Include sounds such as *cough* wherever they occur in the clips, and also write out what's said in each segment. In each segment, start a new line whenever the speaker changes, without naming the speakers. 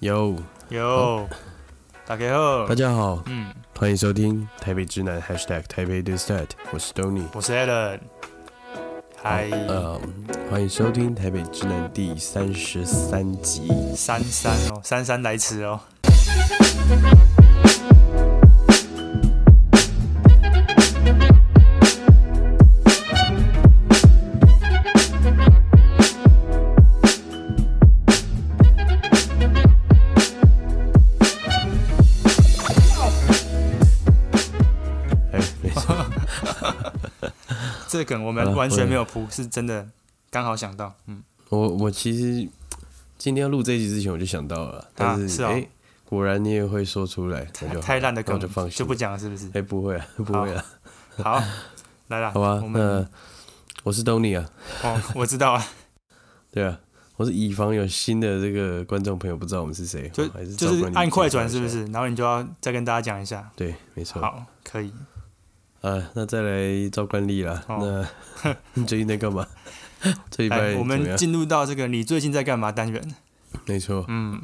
哟，
有，大家好
大，家好，
嗯，
欢迎收听台北直男 #hashtag 台北 d i s t a t 我是 Tony。
我是 Alan，嗨，
呃，欢迎收听台北直男第三十三集。
珊珊哦，姗姗来迟哦，
哎，没
*laughs*
错，
这个梗我
好
们
了
完
我
全没有铺，是真的刚好想到，嗯，
我我其实今天要录这一集之前我就想到了，但是哎、
是哦
果然你也会说出来，那就好
太烂的
那我
梗
就放心
不讲了，是不是
哎、？不会啊，不会啊， *laughs*
好，来啦，
好吧
我，们
那我是 Tony 啊，
哦，我知道啊，
*laughs* 对啊。我是以防有新的这个观众朋友不知道我们是谁，
就
还是
就
照
是
惯例
按
介
快
绍
转
一
是不
下？
是？然后你就要再跟大家讲一下，
对，没错。
好，可以，
啊，那再来照惯例啦。
哦
那 *laughs* 你最近在
*laughs*
干嘛？这礼拜
哎来，我
怎么
们
样
进入到这个你最近在干嘛单元，
没错，
嗯，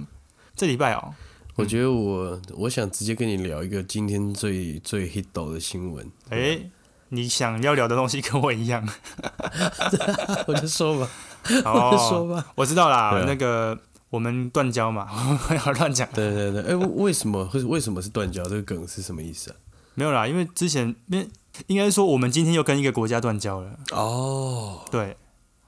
这礼拜哦，
我觉得我我想直接跟你聊一个今天最最 hit 到的新
*laughs*
闻。
诶，你想要聊的东西跟我
*laughs*
一样，
我就说吧，我就
哦
说。吧。
我知道啦，
对啊
那个我们断交嘛， *laughs* 我要乱讲，
对对对，哎、为为什么会为什么是断交？这个梗是什么意思啊？
没有啦，因为之前因为应该说我们今天又跟一个国家断交了，
哦，
对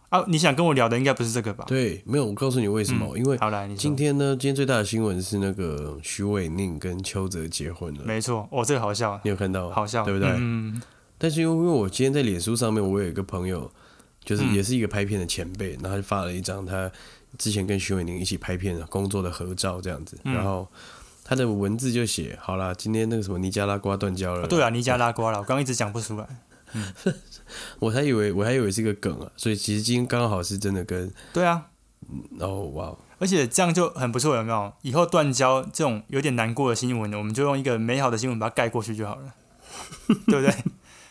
啊，你想跟我聊的应该不是这个吧？
对，没有，我告诉你为什么，
嗯
因为
好来，你说
今天呢，今天最大的新闻是那个徐伟宁跟邱泽结婚了，
没错，哦，这个好笑，
你有看到吗？
好笑，
对不对？
嗯，
但是因为因为我今天在脸书上面，我有一个朋友，就是
嗯
也是一个拍片的前辈，然后他就发了一张他之前跟徐伟宁一起拍片工作的合照这样子，
嗯
然后他的文字就写：“好啦，今天那个什么尼加拉瓜断交了。
啊对啊，尼加拉瓜啦，我刚刚一直讲不出来。
我还以为我还以为是个梗啊，所以其实今天刚好是真的跟
对啊，
哦哇哦，
而且这样就很不错，有没有？以后断交这种有点难过的新闻，我们就用一个美好的新闻把它盖过去就好了，对不 *laughs* 对？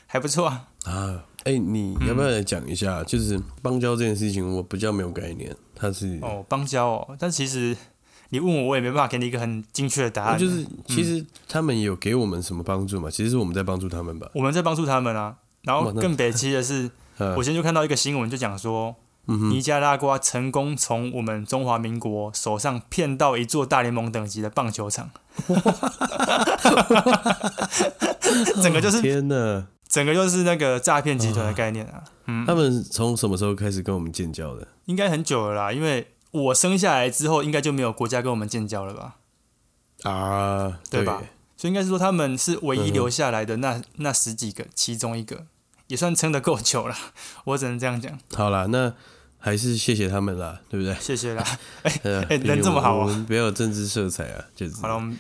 还不错啊。
啊，哎、你要不要来讲一下？
嗯
就是邦交这件事情，我比较没有概念，他是。
哦，邦交哦，但其实你问我，我也没办法给你一个很精确的答案。
就是其实他们有给我们什么帮助嘛？其实是我们在帮助他们吧。
我们在帮助他们啊。然后
哇那
更北期
*laughs*
的是，
呃
我今天就看到一个新闻，就讲说
嗯哼
尼加拉瓜成功从我们中华民国手上骗到一座大联盟等级的棒球场，整个就是
哦天哪！
整个就是那个诈骗集团的概念啊。嗯，
他们从什么时候开始跟我们建交的？
应该很久了啦，因为我生下来之后，应该就没有国家跟我们建交了吧？
啊，
对吧？所以应该是说他们是唯
嗯
一留下来的那、那十几个其中一个，也算撑得够久了。我只能这样讲，
好啦，那还是谢谢他们啦，对
*laughs*
不对？
谢谢啦。
呃
哎
毕竟
人这么好啊
我们不要有政治色彩啊，就是
好了，我们、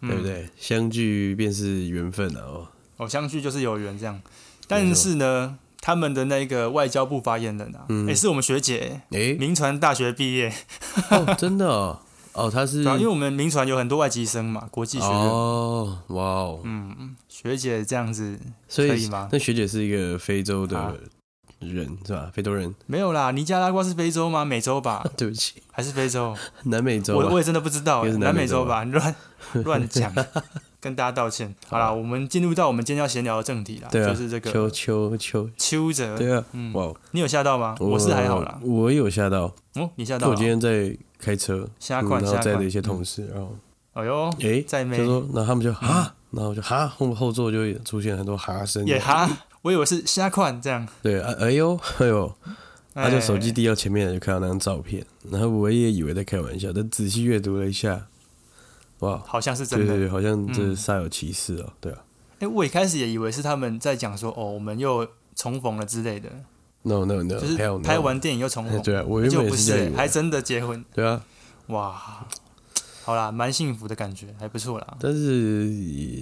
嗯、
对不？对？相聚便是缘分啊！哦，
偶像剧就是有缘这样，但是呢，他们的那个外交部发言人啊，也、
嗯
是我们学姐，
哎，
民传大学毕业，
哦，真的哦，哦，他是
对啊因为我们民传有很多外籍生嘛，国际学院，
哦，哇哦，
嗯，学姐这样子
所
可以吗
那学姐是一个非洲
啊
的人是吧？非洲人， *laughs*
没有啦，尼加拉瓜是非洲吗？美洲吧，
对不起，
还是非洲？
南美洲
我
啊
我也真的不知道
应该
欸，
是
南
南
美
美
洲
洲
吧，
吧
你乱
*laughs*
乱讲，跟大家道歉。好啦，
好
我们进入到我们今天要闲聊的正题啦，
对啊，
就是这个
秋秋秋，
邱泽，
对啊，
嗯
哇哦，
你有吓到吗？我是还好啦，
我有吓到，
哦，你吓到
我
了
今
哦，
天在开车，
瞎
嗯
款
然
瞎
后载
款
了一，些同事，然后
哎呦，
诶，
在
他
嗯妹
说，然后他们就哈，然后我就哈后后座就出现很多哈声，
也哈，我以为是瞎款这样，
对，啊哎呦哎呦，他就
哎
手机递到前面就看到那张照片，然后我也以为在开玩笑，但仔细阅读了一下，哇，
好像是
对对
真的。
对，好像这
嗯
煞有其事哦，对啊
哎，我一开始也以为是他们在讲说，哦，我们又重逢了之类的，
，no no no，
就是
呃还有
拍完电影又重逢，
*laughs* 对啊，我原
结果
本也
不
是这样
是
以，为
还真的结婚，
对啊，
哇，好啦，蛮幸福的感觉，还不错啦。
但是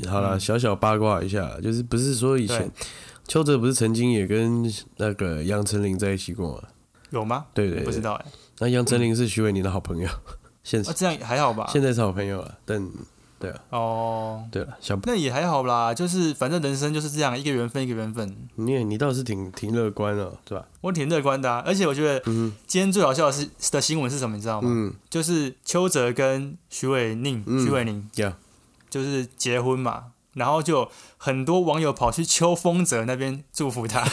好
嗯
了，小小八卦一下，就是不是说以前邱泽不是曾经也跟那个杨丞琳在一起过吗？
有吗？
对对
不知
对，
道哎、哦
那杨丞琳是徐伟宁的好朋友，现 *laughs*
啊，这样还好吧？
现在是好朋友啊，但对啊，
哦，
对啊，小
那也还好啦，就是反正人生就是这样，一个缘分一个缘分。
你也你倒是挺挺乐观的，对
*laughs*
吧？
我挺乐观的、啊，而且我觉得今天最好笑的是的新闻是什么，你知道吗？
嗯
就是邱泽跟徐伟宁，
嗯
徐伟宁
，Yeah，
就是结婚嘛，然后就有很多网友跑去邱风泽那边祝
*laughs*
福他。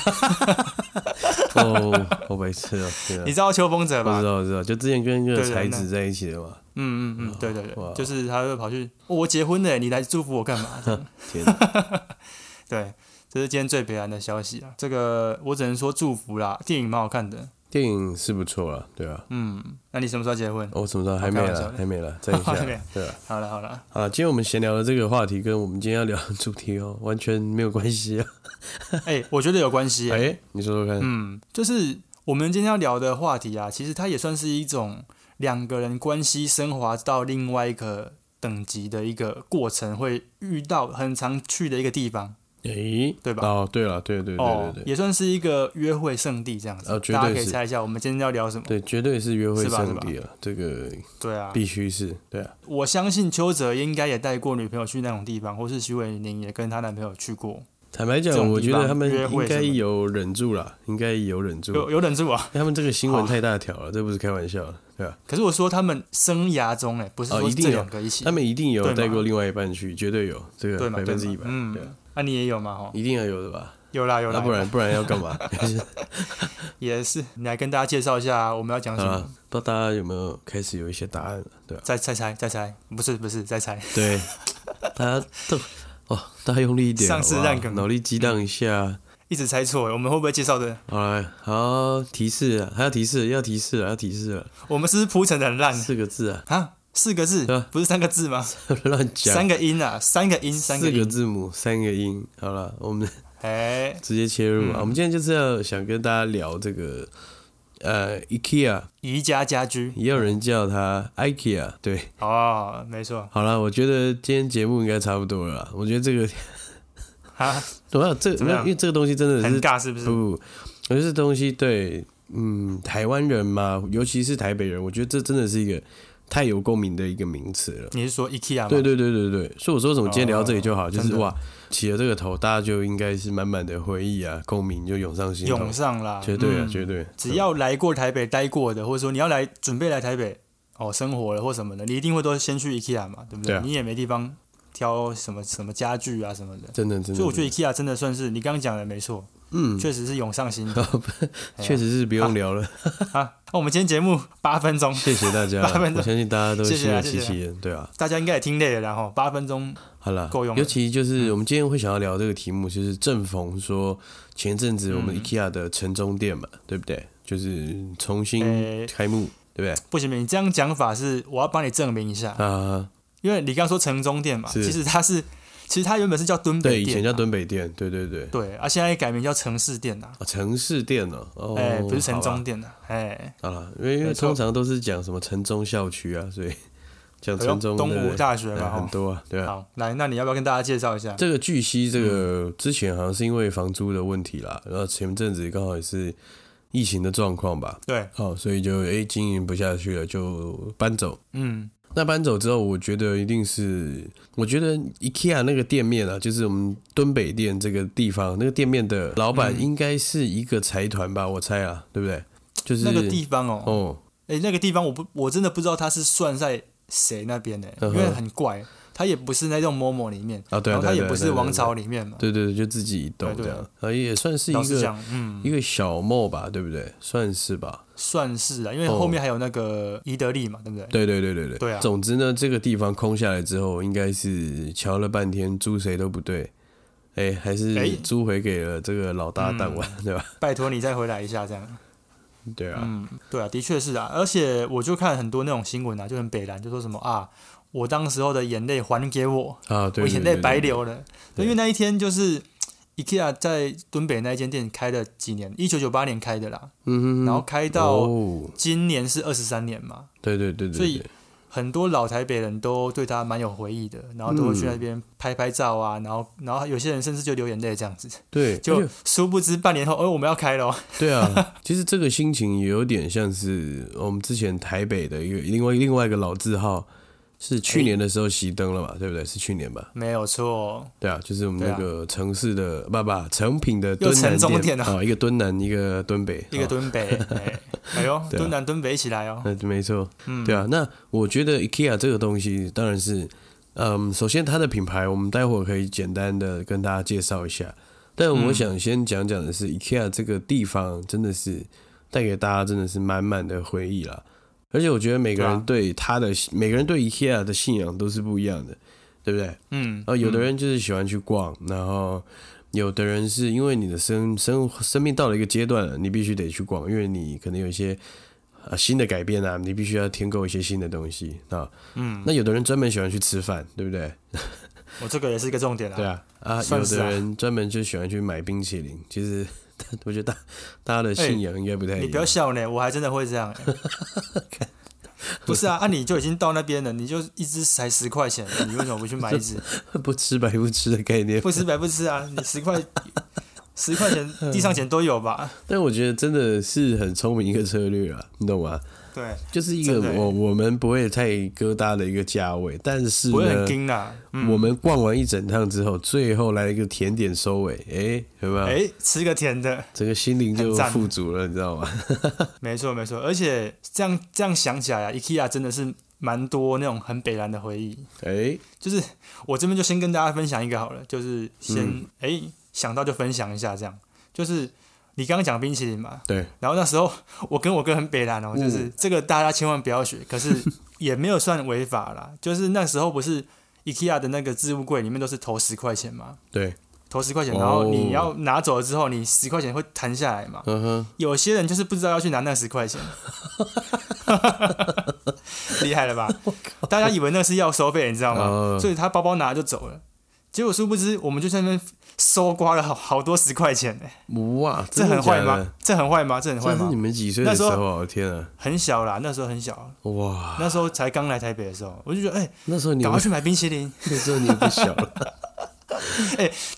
哦，好白痴啊，对啊
你，知道邱风泽
我
吧
知？道我知道，就之前跟那个
对对
才
那
子在一起的嘛，
嗯嗯嗯，对对
哦哇
对，就是他会跑去、哦我结婚了，你来祝福我干嘛？
*laughs* 天哪，
*laughs* 对，这是今天最悲哀的消息啊。这个我只能说祝福啦，电影蛮好看的。
电影是不错了，对啊，
嗯，那你什么时候结婚？
我怎么知道还没
开玩笑
了，
的
还没了，再一下
*laughs* 还没，
对啊，
好了好了，
啊，今天我们闲聊的这个话题跟我们今天要聊的主题哦， *laughs* 完全没有关系
*laughs*
啊，
哎、我觉得有关系耶、
哎，你说说看，
嗯，就是我们今天要聊的话题啊，其实它也算是一种两个人关系升华到另外一个等级的一个过程，会遇到很常去的一个地方，
哎，
对吧哦
哦，对了，对对对对对，
也算是一个约会圣地这样子。
啊绝对
大家可以
是
猜一下，我们今天要聊什么？
对，绝对是约会
是吧
圣地啊，这个
对啊，
必须是，对啊，
我相信邱泽应该也带过女朋友去那种地方，或是徐伟宁也跟她男朋友去过，
坦白
这种
讲，
地
我觉得
方
他们
约会
应该
什么的
有忍住啦，应该有忍住，
有有忍住啊。
他们这个新闻
好
太大条了，这不是开玩笑，对吧？
*laughs* 可是我说他们生涯中，哎，不是
哦
说
一定
这
有
两个一起，
他们一定有
对嘛
带过另外一半去，绝对有，这
对
个
嘛？
百分
对嘛
之一百，
嗯
对啊，，
那、你也有吗？哈，
一定要有的吧？
有啦有
那
啦，
不然不然要干
*laughs*
嘛？就是
也是，你来跟大家介绍一下我们要讲什
好
么？
啦啊不知道大家有没有开始有一些答案了，对吧？
再再猜再猜，不是不是再猜， *laughs*
对， *laughs* 大家都哦，大家用力一点，
上次
好不好
烂梗
脑力激荡一下。
一直猜错，我们会不会介绍的？
好了，好提示啊，还要提示，要提示啊了，要提示了，
我们是不是铺陈的
*laughs*
很烂
四个字啊，
啊？四个字
对啊，
不是三个字吗？
乱讲，
三个音啊，三个音，三
四个
音，
字母，三个音。好了，我们 *laughs*
哎，
直接切入啊！我们今天就是要想跟大家聊这个，呃，IKEA，
宜家家居
也有人叫它 IKEA。对，
哦，没错
好了，我觉得今天节目应该差不多了啦。我觉得这个，
啊，
我想这个
怎
没
么
有，
样
因为这个东西真的
很
是
尬是不是？
不，我觉得这东西对，嗯，台湾人嘛，尤其是台北人，我觉得这真的是一个太有共鸣的一个名词了。
你是说 IKEA 吗？
对对对对对，所以我说为什么今天聊到这里就好，就
哦真
是
的
哇，起了这个头，大家就应该是满满的回忆啊，共鸣就涌上心头
涌，上啦，
绝对啊，
嗯
绝对。
只要来过台北待过的，或者说你要来准备来台北哦生活了或什么的，你一定会都先去 IKEA 嘛，对不
对啊
你也没地方挑什么什么家具啊什么的，
真的真的，
所以我觉
真
得
的
IKEA 真的算是你刚刚讲的没错，
嗯，
确实是涌上心
*laughs*
头
确实是不用聊了，
啊。那我们今天节目八分钟，
谢谢大
*laughs*
家
八，分钟
我相信大家都
谢谢
心
啊
有戚
谢谢啊
戚焉，对啊。
大家应该也听累了啦，然后八分钟，
好了，
够用了嗯
尤其就是我们今天会想要聊这个题目，就是正逢说前阵子我们
嗯
IKEA 的城中店嘛，对不对？就是重新
诶
开幕，对不
不行不行，你这样讲法是我要帮你证明一下，
对？啊，
因为你刚刚说城中店嘛，
是
其实它是，其实它原本是叫敦
对，
北
以
店啊，
前叫敦北店，对对对，
对啊，现在改名叫城市店呐、
啊，城市店呢？哦，
哎、不是城
好
中
吧。
店呐、哎、
好了，因为因为
没错
通常都是讲什么城中校区啊，所以讲
*laughs* 哎呦
城中
东
对不
吴
对
大学
哎
嘛，吼
很多啊，对啊。
好，嗯来，那你要不要跟大家介绍一下？
这个据悉，这个之前好像是因为房租的问题啦，然后前阵子刚好也是疫情的状况吧，
对，
哦，所以就诶经营不下去了，就搬走。
嗯，
那搬走之后，我觉得一定是，我觉得 IKEA 那个店面啊，就是我们敦北店这个地方，那个店面的老
嗯
板应该是一个财团吧，我猜啊，对不对？就是
那个地方哦，
哦，
哎、那个地方我不，我真的不知道它是算在谁那边的、
嗯
因
哼
为很怪，它也不是那种 Momo 里面，
啊对啊
然后
对
它
啊
也
对啊
不是
对啊
王朝里面嘛。
对对对，就自己一栋
对
这
对啊
样，啊，也算是
老
一
实
个
讲，嗯，
一个小梦吧，对不对？算是吧。
算是啊，因为
哦
后面还有那个伊德利嘛，对不对？
对对对对对。
对啊
总之呢，这个地方空下来之后，应该是瞧了半天，租谁都不对，哎，还
哎
是租回给了这个老搭档
嗯
玩，对吧？ *laughs*
拜托你再回来一下，这样。
对啊，
嗯，对啊，的确是啊，而且我就看很多那种新闻啊，就很北蓝，就说什么啊，我当时候的眼泪还给我，
啊，对，对
我眼
对
泪
对
白流了。
对
因为那一天就是 IKEA 在敦北那一间店开了几年，一九九八年开的啦，
嗯哼哼，
然后开到
哦，
今年是二十三年嘛，
对对对对，
所以
对
很多老台北人都对他蛮有回忆的，然后都会去那边拍拍照啊，
嗯
然后然后有些人甚至就流眼泪这样子，
对，而
就
且
殊不知半年后，哦，我们要开了哦，
对啊， *laughs* 其实这个哦心情也有点像是我们之前台北的一个另外另外一个老字号是去年的时候熄灯了嘛，对不对？是去年吧？
*laughs* 没有错，
对啊，就是我们那
对
个城市的不不成品的敦南
又城中
店
店
啊、
啊
一个敦南，一个敦北，
一个
啊
敦北，哎哎呦，
*laughs* 对啊
敦南敦北一起来哦，
那没错，对啊。那我觉得 IKEA 这个东西当然是，嗯，首先它的品牌，我们待会儿可以简单的跟大家介绍一下。但
嗯
我想先讲讲的是、IKEA 这个地方真的是带给大家真的是满满的回忆啦。而且我觉得每个
对啊
人对它的、每个人对 IKEA 的信仰都是不一样的，对不对？
嗯，
啊，有的
嗯
人就是喜欢去逛，然后有的人是因为你的生生生命到了一个阶段了，你必须得去逛，因为你可能有一些呃新的改变啊，你必须要添购一些新的东西啊。
嗯，
那有的人专门喜欢去吃饭，对不对？
我这个也是一个重点啦，
对啊，啊，有
啊算是
的
啊
人专门就喜欢去买冰淇淋。其实 *laughs* 我觉得大大家的
哎
信仰应该不太
你
一
不要
样。
笑呢，我还真的会这样、欸。
*laughs*
不是啊，啊你就已经到那边了，你就一只才十块钱，你为什么不去买
*laughs*
一只？
不吃白不吃的概念，
不吃白不吃啊，你十块十块钱地上钱都有吧？
但我觉得真的是很聪明一个策略啊，你懂吗？
对，
就是一个
真的欸
我我们不会太疙瘩的一个价位，但是呢，
不会很惊啦。嗯，
我们逛完一整趟之后，最后来一个甜点收尾，哎、有没有？
哎、吃个甜的，
整个心灵就
很赞
富足了，你知道
*laughs*
吗？
没错没错。而且这样这样想起来啊，IKEA 真的是蛮多那种很北蓝的回忆。
哎、
就是我这边就先跟大家分享一个好了，就是先
嗯
哎、诶想到就分享一下这样。就是你刚刚讲冰淇淋嘛，
对，
然后那时候 *laughs* 我跟我哥很北蓝哦，
嗯
就是这个大家千万不要学，
*laughs*
可是也没有算违法啦。就是那时候不是 IKEA 的那个置物柜里面都是投十块钱嘛，
对，
投十块钱，
哦
然后你要拿走了之后，你十块钱会弹下来嘛。
嗯哼，
有些人就是不知道要去拿那十
*laughs*
块钱，厉害了吧？大家以为那是要收费，你知道吗？
哦
所以他包包拿就走了。结果殊不知，我们就在那边搜刮了好好多十块钱呢、欸
哇，
这很坏
坏
吗？？这很坏吗？这很坏
这是
吗
你？们几岁的
那
时
时候
候啊？天啊，
很小啦，那时候很小，
哇，
那时候才刚来台北的时候，我就觉得，哎、
那时候你
赶
们
快去买冰淇淋，
那时候你也不小
*laughs*
了，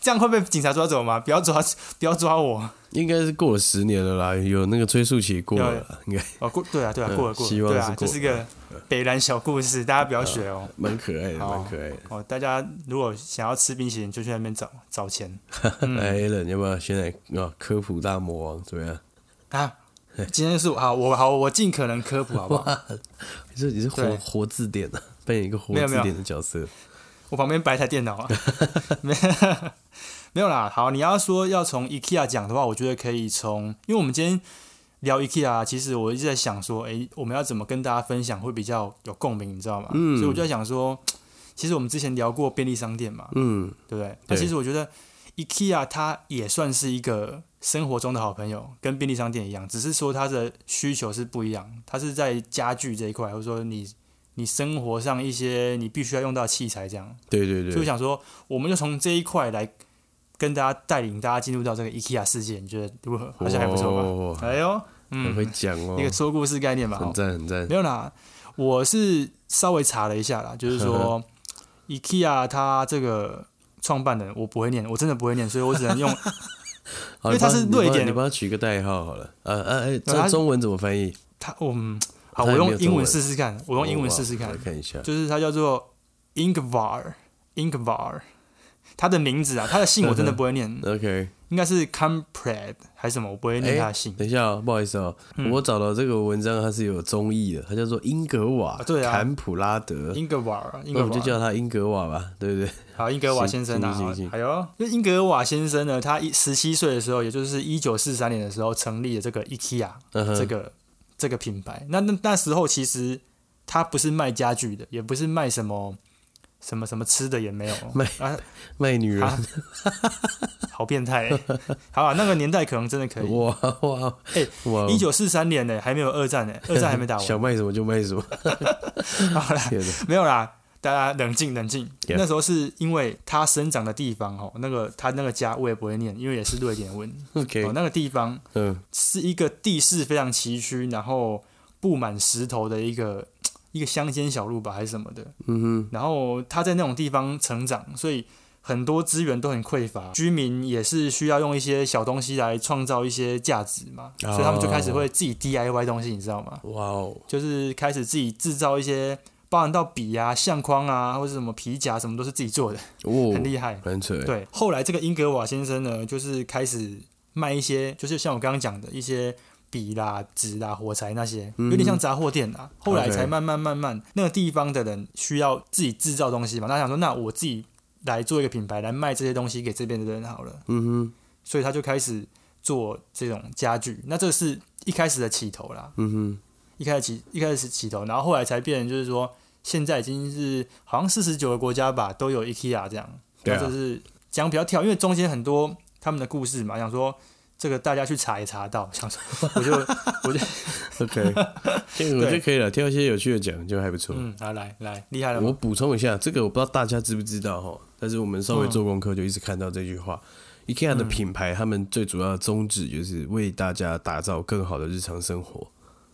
这样会被警察抓走吗？不要抓，不要抓我！
应该是过了十年了啦，有那个追溯期过了啦，应该
哦，过对啊，对啊，
嗯
过了过
希
了，
望
对
是
啊，
过
这是个北兰小故事，大家不要学哦。
蛮可爱的，
好
蛮可爱的。
哦，大家如果想要吃冰淇淋，就去那边找找钱嗯
*laughs* 来，Allen，要不哎要现在啊科普大魔王怎么样？
啊。今天是我好，我好，我尽可能科普好不好？
你说你是活
对
活字典的、 *laughs* 扮演一个活
没有
字
没有
典的角色，
我旁边摆一台电脑啊，没没有啦。好，你要说要从 IKEA 讲的话，我觉得可以从，因为我们今天聊 IKEA，其实我一直在想说，诶，我们要怎么跟大家分享会比较有共鸣，你知道吗？
嗯
所以我就在想说，其实我们之前聊过便利商店嘛，
嗯，
对不对？那其实我觉得 IKEA 它也算是一个生活中的好朋友，跟便利商店一样，只是说它的需求是不一样，它是在家具这一块，或者说你你生活上一些你必须要用到的器材这样。
对对
所以我
对，
想说，我们就从这一块来跟大家带领大家进入到这个 IKEA 世界，你觉得如何？好像还不错吧？
哦
哎呦，
很
嗯，
会讲哦，
一个说故事概念吧。
很
哦
赞很赞
没，有啦，我是稍微查了一下啦，就是说
*laughs*
IKEA 它这个创办人，我不会念，我真的不会念，所以我只
*laughs*
能用
好
因为它是
你帮
瑞典
你
的
帮他取个代号好了，啊啊哎，
它
这中文怎么翻译？
它，我嗯，好，
它也
我
没有
用英
中
文
文哦
试试看，我
我
用英文试试看
来，看一下，，
就是它叫做 Ingvar Ingvar，它的名字啊，它的姓我真的不会念
OK，
应该是 Comprad 还是什么，我不会念它的姓。嗯
等一下哦，不好意思哦，我找到这个文章它是有中译的，它叫做英格瓦
啊对啊
坎普拉德，
英格瓦，英
那
格
我们就
瓦，
叫他英格瓦吧，对不对？
好，英格瓦
行
先生啊，
行
好
行行
还有，就英格瓦先生呢，他一十七岁的时候，也就是一九四三年的时候，成立了这个 IKEA
嗯哼
这个、这个品牌。那那那时候其实他不是卖家具的，也不是卖什么什么什么吃的，也没有
*laughs* 卖
啊，
卖女人，
啊好变态、欸。好啊，那个年代可能真的可以。
哇哇，
哎
哇
一九四三年呢、还没有二战呢、二战还没打完。
想卖什么就卖什么， *laughs*
好啦，
天哪，
没有啦，大家冷静冷静。
Yeah
那时候是因为他生长的地方哦，那个他那个家我也不会念，因为也是瑞典
*laughs*
文。哦，
OK，
那个地方
嗯，
是一个地势非常崎岖，然后布满石头的一个一个乡间小路吧，还是什么的。嗯哼。然后他在那种地方成长，所以很多资源都很匮乏，居民也是需要用一些小东西来创造一些价值嘛，
哦
所以他们就开始会自己 DIY 东西，你知道吗？
哇哦，
就是开始自己制造一些包含到笔啊、相框啊，或者什么皮夹，什么都是自己做的，
哦，
很厉害。
很扯欸。
对，后来这个英格瓦先生呢，就是开始卖一些，就是像我刚刚讲的一些笔啦、纸啦、火柴那些，有点像杂货店啊。后来
OK
才慢慢慢慢，那个地方的人需要自己制造东西嘛，他想说，那我自己来做一个品牌来卖这些东西给这边的人好了，
嗯哼，
所以他就开始做这种家具。那这是一开始的起头啦。
嗯哼，
一开始起一开始起头，然后后来才变成就是说，现在已经是好像四十九个国家吧都有 IKEA 这样，
对啊
那就是讲比较跳，因为中间很多他们的故事嘛，想说这个大家去查也查到，想说我就我就 *laughs*
，OK，这个我觉得
对
可以了，挑一些有趣的讲就还不错。
嗯，好来来厉害了
我
吗？
补充一下，这个我不知道大家知不知道哈，但是我们
嗯
稍微做功课就一直看到这句话。IKEA 的品牌，他们最主要的宗旨就是为大家打造更好的日常生活，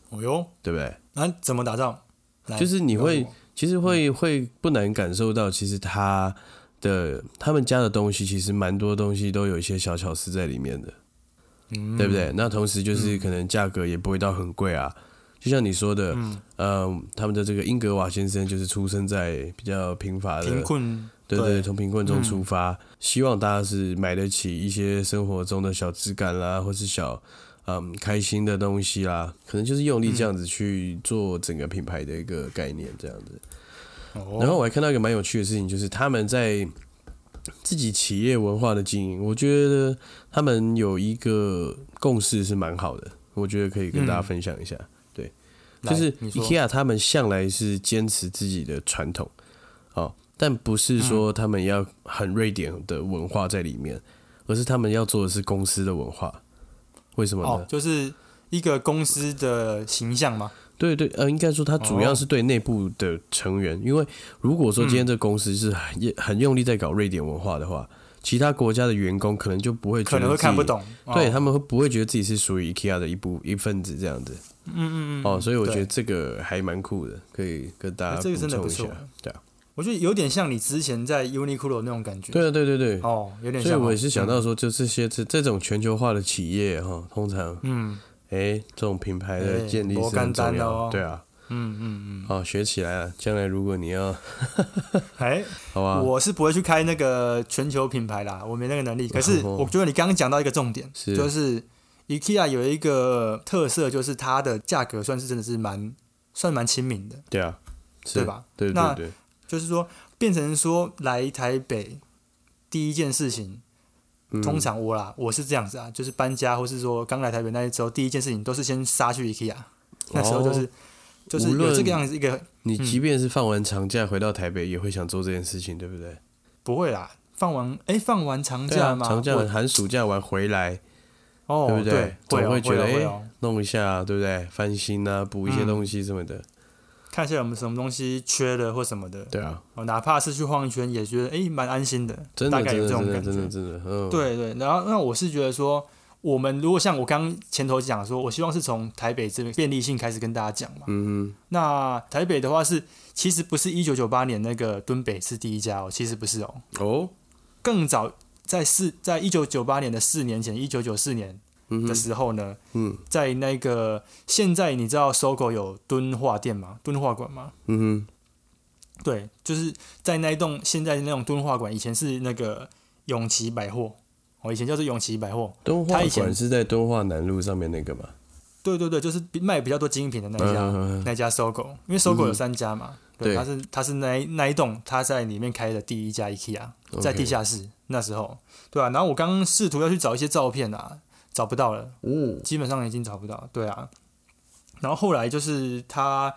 哦哟，
对不对？
那、怎么打造？来
就是你会
告诉我
其实
嗯
会会不难感受到，其实他的他们家的东西，其实蛮多东西都有一些小巧思在里面的，
嗯
对不对？那同时就是可能价格也不会到很贵啊，就像你说的，嗯、他们的这个英格瓦先生就是出生在比较贫乏的
嗯贫困，
对
对嗯
对，从贫困中出发，希望大家是买得起一些生活中的小质感啦，或是小嗯开心的东西啦，可能就是用力
嗯
这样子去做整个品牌的一个概念这样子。然
哦，
后我还看到一个蛮有趣的事情，就是他们在自己企业文化的经营，我觉得他们有一个共识是蛮好的，我觉得可以跟大家分享一下。
嗯来
就是
你说
IKEA 他们向来是坚持自己的传统，哦，但不是
嗯
说他们要很瑞典的文化在里面，而是他们要做的是公司的文化。为什么呢？
哦，就是一个公司的形象嘛，
对对，呃，应该说它主
哦
要是对内部的成员，因为如果说今
嗯
天这公司是很也很用力在搞瑞典文化的话，其他国家的员工可能就不会觉得
可能会
自己
看不，懂，哦
对他们会不会觉得自己是属于 IKEA 的一部一份子这样子。
嗯嗯嗯，
哦，所以我觉得
对
这个还蛮酷的，可以跟大家
哎这个
补
真的
充
不
一下
错。
对啊，
我觉得有点像你之前在 Uniqlo 那种感觉。
对啊，对对对。
哦，有点
所
像
以
哦。
我也是想
嗯，
到说，就这些这这种全球化的企业哈，通常
嗯
哎、这种品牌的
哎
建立
罗
是很
甘丹
重要的，
哦
对啊，
嗯嗯
哦，学起来啊，将来如果你要，
嗯，哎，
好吧，
我是不会去开那个全球品牌啦，我没那个能力。可是
哦
我觉得你刚刚讲到一个重点，
是
就是 IKEA 有一个特色，就是它的价格算是真的是蛮算蛮亲民的，
对啊，是
对？吧？
对对
那
对，
就是说变成说来台北第一件事情，
嗯
通常我啦，我是这样子啊，就是搬家或是说刚来台北那一周，第一件事情都是先杀去 IKEA，那时候就是、
哦
嗯就是
无
有
论
这个样子一个
你即便是放完长假回到台北，也会想做这件事情，对不对？
不会啦，放完哎、放完长
对
假
啊，
嘛，
长假
我
寒暑假完回来，
哦
对不对总
会哦
会觉得
会哦
哎
会哦
弄一下，对不对？翻新啊，补一些
嗯
东西什么的，
看一下有没有什么东西缺了或什么的，
对啊，
哦，哪怕是去晃一圈，也觉得哎蛮、安心的，
真
大
的
概
真
有
的
这
真的
种感觉。
真的真的，嗯，
对对，然后那我是觉得说，我们如果像我刚前头讲说，我希望是从台北这边便利性开始跟大家讲嘛。
嗯
那台北的话是，其实不是一九九八年那个敦北是第一家哦，其实不是哦，
哼，哦，
更早在四在一九九八年的四年前，一九九四年
嗯
的
哼，
时候呢，
嗯
在那个现在你知道搜狗有敦化店吗？敦化馆吗？
嗯哼。
对，就是在那一栋现在那种敦化馆，以前是那个永琪百货，哦，以前叫做永琪百货。
敦化
他以前
馆是在敦化南路上面那个嘛？
对对对，就是比卖比较多精品的那一家、
嗯，
那一家搜狗，因为搜狗有三家嘛，
对
对，它是它是那一那一栋它在里面开的第一家 IKEA，在地下室那时候，对啊，然后我刚刚试图要去找一些照片啊，找不到了。
哦，
基本上已经找不到，对啊。然后后来就是他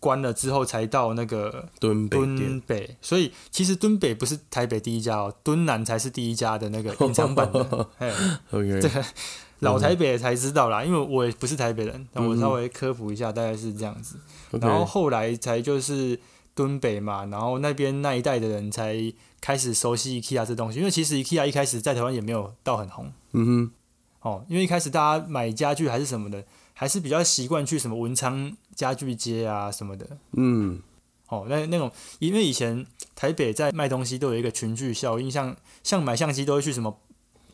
关了之后，才到那个
敦北店
敦北，所以其实敦北不是台北第一家哦，敦南才是第一家的
*laughs*
那个隐藏版的。嘿
，OK，
这个老台北才知道啦，因为我也不是台北人，但我
嗯
稍微科普一下，大概是这样子。
OK，
然后后来才就是敦北嘛，然后那边那一带的人才开始熟悉 IKEA 这东西，因为其实 IKEA 一开始在台湾也没有到很红。
嗯哼，
哦，因为一开始大家买家具还是什么的，还是比较习惯去什么文昌家具街啊什么的。
嗯，
哦，那那种，因为以前台北在卖东西都有一个群聚效应，像像买相机都会去什么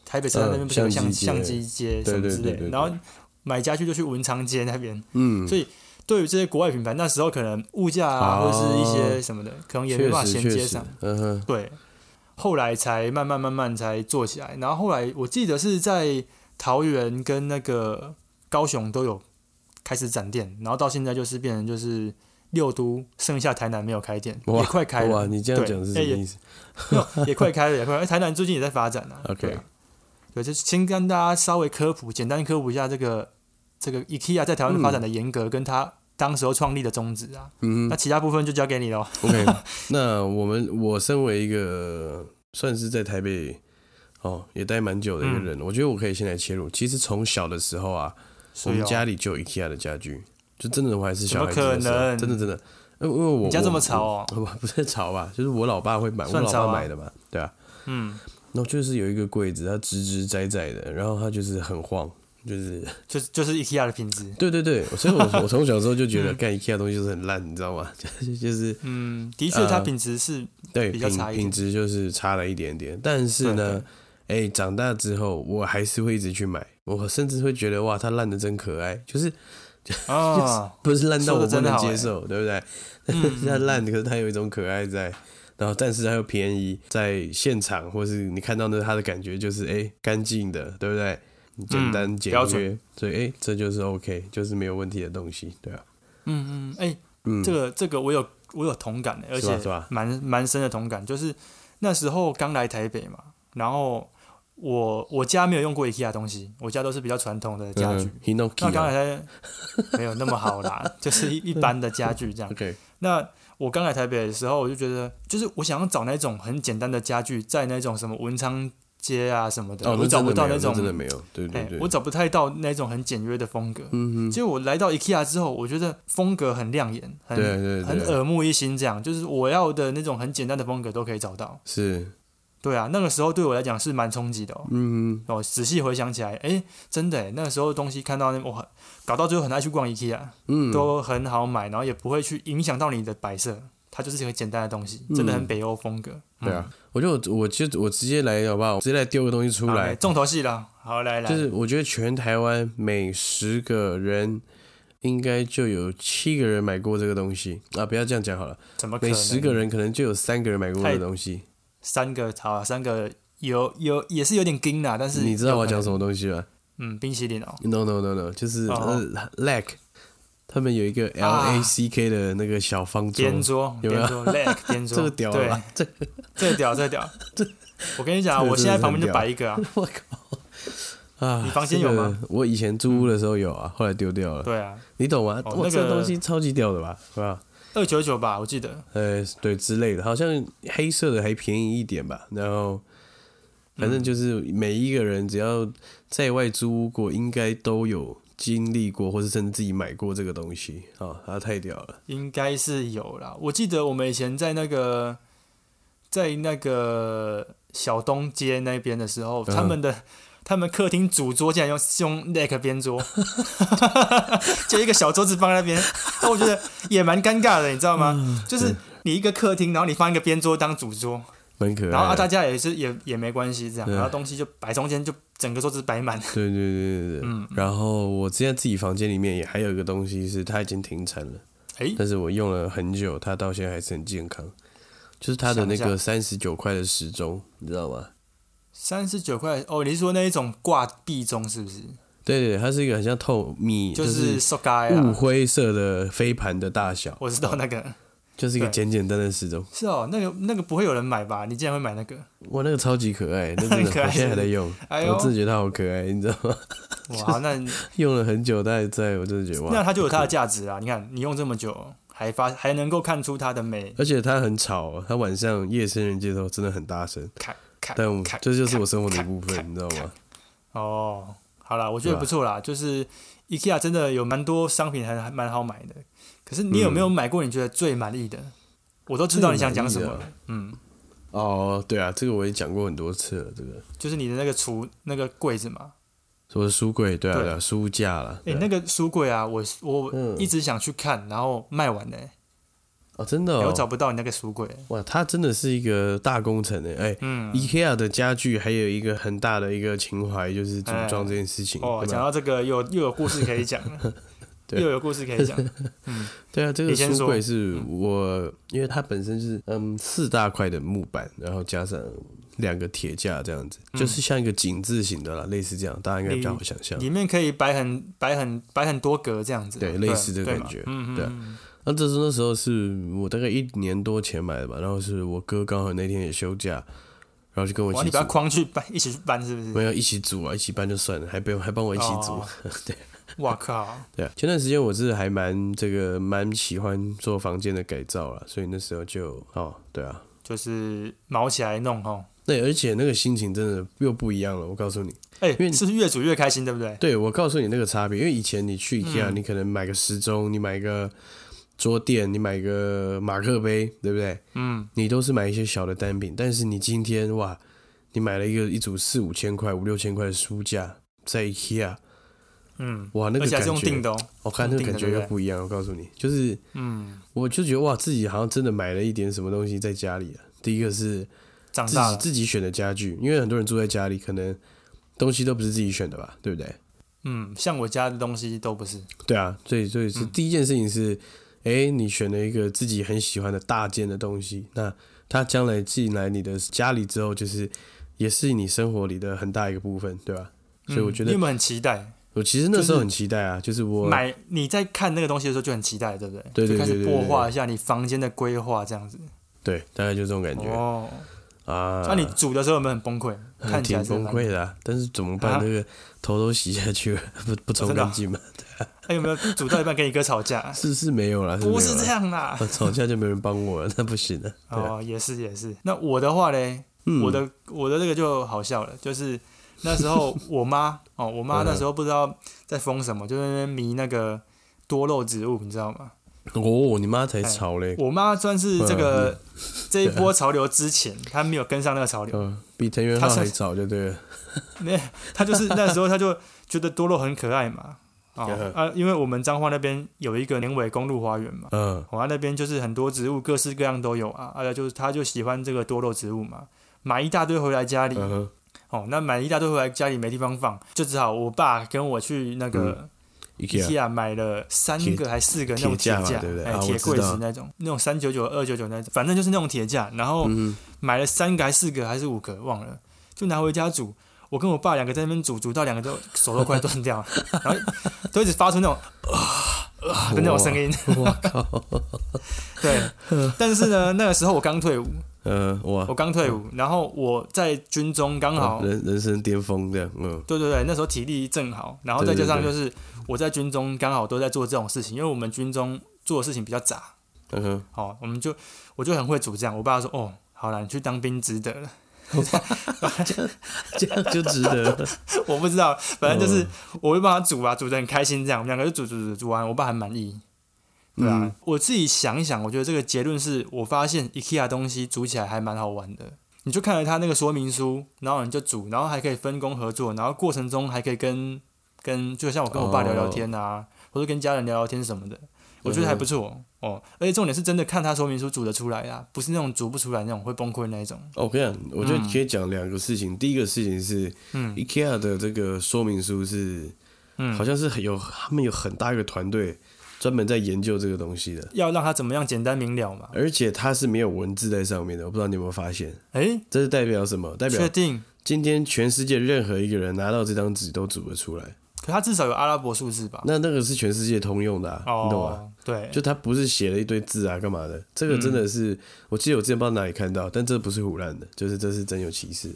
台北车站那边不是有
嗯
相
相
相
机
机街
对
什么
对
之
对对
类的，
对
然后买家具就去文昌街那边，
嗯，
所以对于这些国外品牌，那时候可能物价啊，
哦
或是一些什么的，可能也没
确
办法
实
衔
确
接
实
上。，
嗯哼，
对，后来才慢慢慢慢才做起来。然后后来我记得是在桃园跟那个高雄都有开始展店，然后到现在就是变成就是六都，剩下台南没有开店，
哇
也快开
哇，
了，
你这样
对
讲是什
哎
么
也
意思
没有也快开了，也快开了。哎台南最近也在发展啊。
？OK，
对啊对，就先跟大家稍微科普，简单科普一下这个这个 IKEA 在台湾发展的严格，跟它当时候创立的宗旨啊。
嗯哼
那其他部分就交给你喽。
*laughs* ，OK，那 *laughs* 我们我身为一个算是在台北哦也待蛮久的一个人，我觉得我可以先来切入。其实从小的时候啊，我
所以
们
哦
家里就有 IKEA 的家具，就真的我还是小孩子
怎么
的
可
时候，啊
能
真的真的，呃因为我
你家这么吵
哦，
哦，
我不是吵吧，就是我老爸会买，我
算
老
吵
爸
啊
买的嘛，对啊，
嗯，
然后就是有一个柜子，它直直窄窄的，然后它就是很晃，就是。
就就是 IKEA 的品质
对对对，所以我我从小时候就觉得干 IKEA 东西就是很烂，你知道吗？ *laughs* 就是就是
嗯，的确，它
呃
品
*laughs*
质是
对
比较
品
差一点嗯
品质就是差了一点点，但是呢，哎、长大之后我还是会一直去买，我甚至会觉得哇，它烂的真可爱，就是
啊，
不是烂到
说得
我不
真
能
好
接
哎
受，对不对？ *laughs*
嗯
它烂，可是它有一种可爱在，然后但是它又便宜，在现场或是你看到的它的感觉就是哎干净的，对不对？简单简
嗯标
约，
准
所以哎、这就是 OK，就是没有问题的东西，对啊，
嗯嗯，哎，
嗯，
这个这个我有我有同感的，而
是吧是
且
吧
蛮蛮深的同感，就是那时候刚来台北嘛，然后我我家没有用过 IKEA 的东西，我家都是比较传统的家具。
h i n o
那
k
刚
i
才没有那么
*laughs*
好啦，就是一一般的家具这样。
OK，
那我刚来台北的时候，我就觉得，就是我想要找那种很简单的家具，在那种什么文昌街啊什么的，
哦，
我
那
找
真
不
的
到
没有
种，
真的没有，对对
哎
对，
我找不太到那种很简约的风格。
嗯哼，
结果我来到 IKEA 之后，我觉得风格很亮眼，很
对对
很
对，
耳目一新，这样就是我要的那种很简单的风格都可以找到。
是，
对啊，那个时候对我来讲是蛮冲击的哦。
嗯
哦，仔细回想起来，哎，真的诶，那个时候东西看到那我很搞到最后很爱去逛 IKEA。
哼嗯，
都很好买，然后也不会去影响到你的摆设，它就是一个简单的东西，真的很
嗯
北欧风格。
对啊，我就我我就我直接来好不好？我直接来丢个东西出
嗯，好
来
来，重头戏了，好来来，
就是我觉得全台湾每十个人应该就有七个人买过这个东西啊！不要这样讲好了，
怎么可
每
能？
十个人可能就有三个人买过这个东西。
三个好、啊，三个有有也是有点惊啦，但是
你知道我要讲什
么？
么东西吗
嗯，冰淇淋哦，
？No No No No，就是
哦
呃 lack，他们有一个 L
啊
A C K 的那个小方桌，
边桌
有没有
边
*laughs*
桌 leg 边桌，
这个屌了
对，
吧？这
这个屌这个
*laughs*
屌，我跟你讲啊，
这个
我现在旁边
真的是很屌
就摆一个啊，
*laughs* 我靠啊！
你房间有吗嗯
这个我以前租屋的时候有啊，后来丢掉了。
对啊，
你懂吗？
哦
哇，
那
这个
个
东西超级屌的吧？是吧？
二九九吧，我记得，
呃，对之类的，好像黑色的还便宜一点吧。然后，反正就是每一个人只要在外租屋过，应该都有经历过，或是甚至自己买过这个东西啊、哦，它太屌了。
应该是有啦。我记得我们以前在那个在那个小东街那边的时候，
嗯
他们的他们客厅主桌竟然用是用 neck
*laughs*
边桌，就一个小桌子放在那边，那我觉得也蛮尴尬的，你知道吗？
嗯
就是你一个客厅，然后你放一个边桌当主桌，
蛮可爱的，
然后啊大家也是也也没关系这样，
对
然后东西就摆中间，就整个桌子摆满。
对对对对对。
嗯
然后我之前自己房间里面也还有一个东西是它已经停产了，
哎、
但是我用了很久，它到现在还是很健康，就是它的那
想
个
一
三十九块的时钟，你知道吗？
三十九块哦，你是说那一种挂壁钟是不是？
对对，对它是一个很像透米，
就
就是
是 so g a
雾
啊，
灰色的飞盘的大小，
我知道那个。
*laughs* 就是一个
对
简简单单的时钟。
是哦，那个那个不会有人买吧？你竟然会买那个？
哇，那个超级可
*laughs*
爱，那真
很可
的，
爱
我现在还在用，
哎呦
我，真的觉得它好可爱，你知道吗？ *laughs*
哇，那
用了很久，它还在，我真的觉得
那
哇。
它就有它的价值啊！你看，你用这么久，还发还能够看出它的美，
而且它很吵，哦它晚上夜深人静的时候真的很大声，
看看
但我
看，
这就是我生活的一
咔
部
咔
分，你知道吗？
哦。好啦，我觉得
对吧啊
不错啦，就是 IKEA 真的有蛮多商品还还蛮好买的。可是你有
嗯
没有买过你觉得最满意的？我都知道你想讲什么
最满
了，嗯，
哦，对啊，这个我也讲过很多次了，这个
就是你的那个橱那个柜子嘛，
我的书柜，对啊，
对
对啊，书架啦，
诶、
对啊
那个书柜啊，我我
嗯
一直想去看，然后卖完了、欸，
哦，真的
哎我找
哦，
不到你那个书柜、
哇，它真的是一个大工程诶，哎
嗯，
，IKEA 的家具还有一个很大的一个情怀，就是组装这件事情，
哦，
对吧
讲到这个又有又有故事可以讲了。
嗯 *laughs* 对
又有故事可
*laughs*
以讲。嗯，
对啊，这个
你先
书
说嗯
柜是我，因为它本身就是嗯四大块的木板，然后加上两个铁架这样子，
嗯
就是像一个井字形的啦，类似这样，大家应该比较好想象。
里面可以摆很摆很摆很多格这样子嘛，啊
对类似这个
对
感
嘛
觉
嗯嗯
对
嗯
那这是那时候是我大概一年多前买的吧，然后是我哥刚好那天也休假，然后就跟我
嗯，
一
哇，
起
你
组
把它，框去搬，一起去搬是不
没
是？
有一起组啊，一起搬就算了，还不用还帮我一起组，
哦
对。
哇靠，
对啊，前段时间我是还蛮这个蛮喜欢做房间的改造啦，所以那时候就哦，对啊，
就是毛起来弄吼。
对，而且那个心情真的又不一样了。我告诉你，
哎、
为
是不是越煮越开心，对不对？
对我告诉你那个差别，因为以前你去 IKEA，、你可能买个时钟，你买个桌垫，你买个马克杯，对不对？
嗯，
你都是买一些小的单品，但是你今天哇，你买了一个一组四五千块、五六千块的书架在 IKEA，
嗯，
哇，那
而
个
且
感
还是用
觉，
定的哦。
我看那个感觉
用定
又
的对不对
不一样。我告诉你，就是
嗯，
我就觉得哇，自己好像真的买了一点什么东西在家里啊。第一个是
长
自
大
己
了。
自己选的家具，因为很多人住在家里，可能东西都不是自己选的吧，对不对？
嗯，像我家的东西都不是。
对啊，所以所以是
嗯
第一件事情是，诶，你选了一个自己很喜欢的大件的东西，那它将来进来你的家里之后，就是也是你生活里的很大一个部分，对吧？所以我觉
嗯、你
得
有没有很期待？
我其实那时候很期待啊，就是我
买你在看那个东西的时候就很期待，对不对？
对对对
就开
对
始
对对
破化一下你房间的规划，这样子。
对，大概就这种感觉
哦，
啊。
那、你煮的时候有没有很崩溃？看起来
挺
是蛮
崩溃。的、啊，但是怎么
啊
办？那个头都洗下去了，不不冲
真的啊
干净嘛？？
哎、有没有煮到一半跟你哥吵
*laughs*
架
是是没有了，
不
没
是
有
这
啦，
样啦。
啊吵架就没人帮我了，那不行的。 *laughs* 对啊
哦，也是也是。那我的话嘞，
嗯
我的我的这个就好笑了，就是那时候
*laughs*
我妈哦，我妈
嗯
那时候不知道在封什么，就在那边迷那个多肉植物，你知道吗？
哦，你妈才吵嘞，
哎我妈算是这
嗯
个 *laughs* 这一波潮流之前，她没有跟上那个潮
*laughs*
流， *laughs*
嗯，比藤原浩还早就对了。
那她就是那时候她就觉得多肉很可爱嘛，哦
*laughs* 嗯
啊，因为我们彰化那边有一个年尾公路花园嘛。
嗯，
我、啊、那边就是很多植物，各式各样都有啊。啊，就是她就喜欢这个多肉植物嘛，买一大堆回来家里，
嗯哼，
哦，那买了一大堆回来，家里没地方放，就只好我爸跟我去那
嗯
个
一个
IKEA 买了三个还四个那种
铁
铁
架嘛
架，
对不对
哎
啊，我
铁
知
柜
道
子那种，那种三九九、二九九那种，反正就是那种铁架。然后
嗯
买了三个还四个还是五个，忘了，就拿回家煮。我跟我爸两个在那边煮，煮到两个都手都快断掉了， *laughs* 然后都一直发出那种啊啊的那种声音。
我靠，
对，但是呢，那个时候我刚退伍，
呃，
我
哇，
刚退伍，然后我在军中刚好
人人生巅峰这样，嗯，
对对对，那时候体力正好，然后再加上就是我在军中刚好都在做这种事情，因为我们军中做的事情比较杂，
嗯哼，
哦，我们就我就很会煮这样。我爸说，哦，好了，你去当兵值得了。
这样就值得
*laughs*
了。
我不知道，反正就是
嗯
我会帮他煮啊，煮的很开心这样，我们两个就煮煮煮煮完，我爸很满意。对啊，
嗯
我自己想一想，我觉得这个结论是我发现 IKEA 东西煮起来还蛮好玩的。你就看了他那个说明书，然后你就煮，然后还可以分工合作，然后过程中还可以跟跟，就像我跟我爸聊聊天
哦
啊，或者跟家人聊聊天什么的，我觉得还不错哦。而且重点是真的看他说明书煮得出来啦，不是那种煮不出来那种会崩溃那一种。
哦我跟你讲，我就可以讲两个事情。第一个事情是
嗯
，IKEA 的这个说明书是，
嗯
好，像是很有他们有很大一个团队专门在研究这个东西的。
要让他怎么样简单明了嘛？
而且它是没有文字在上面的，我不知道你有没有发现，
诶，
这是代表什么？代
确
表
定？
今天全世界任何一个人拿到这张纸都组得出来，
可他至少有阿拉伯数字吧？
那那个是全世界通用的、啊，你懂吗？
哦，对，
就它不是写了一堆字啊，干嘛的？这个真
嗯
的是，我记得我之前不知道哪里看到，但这不是胡乱的，就是这是真有其事。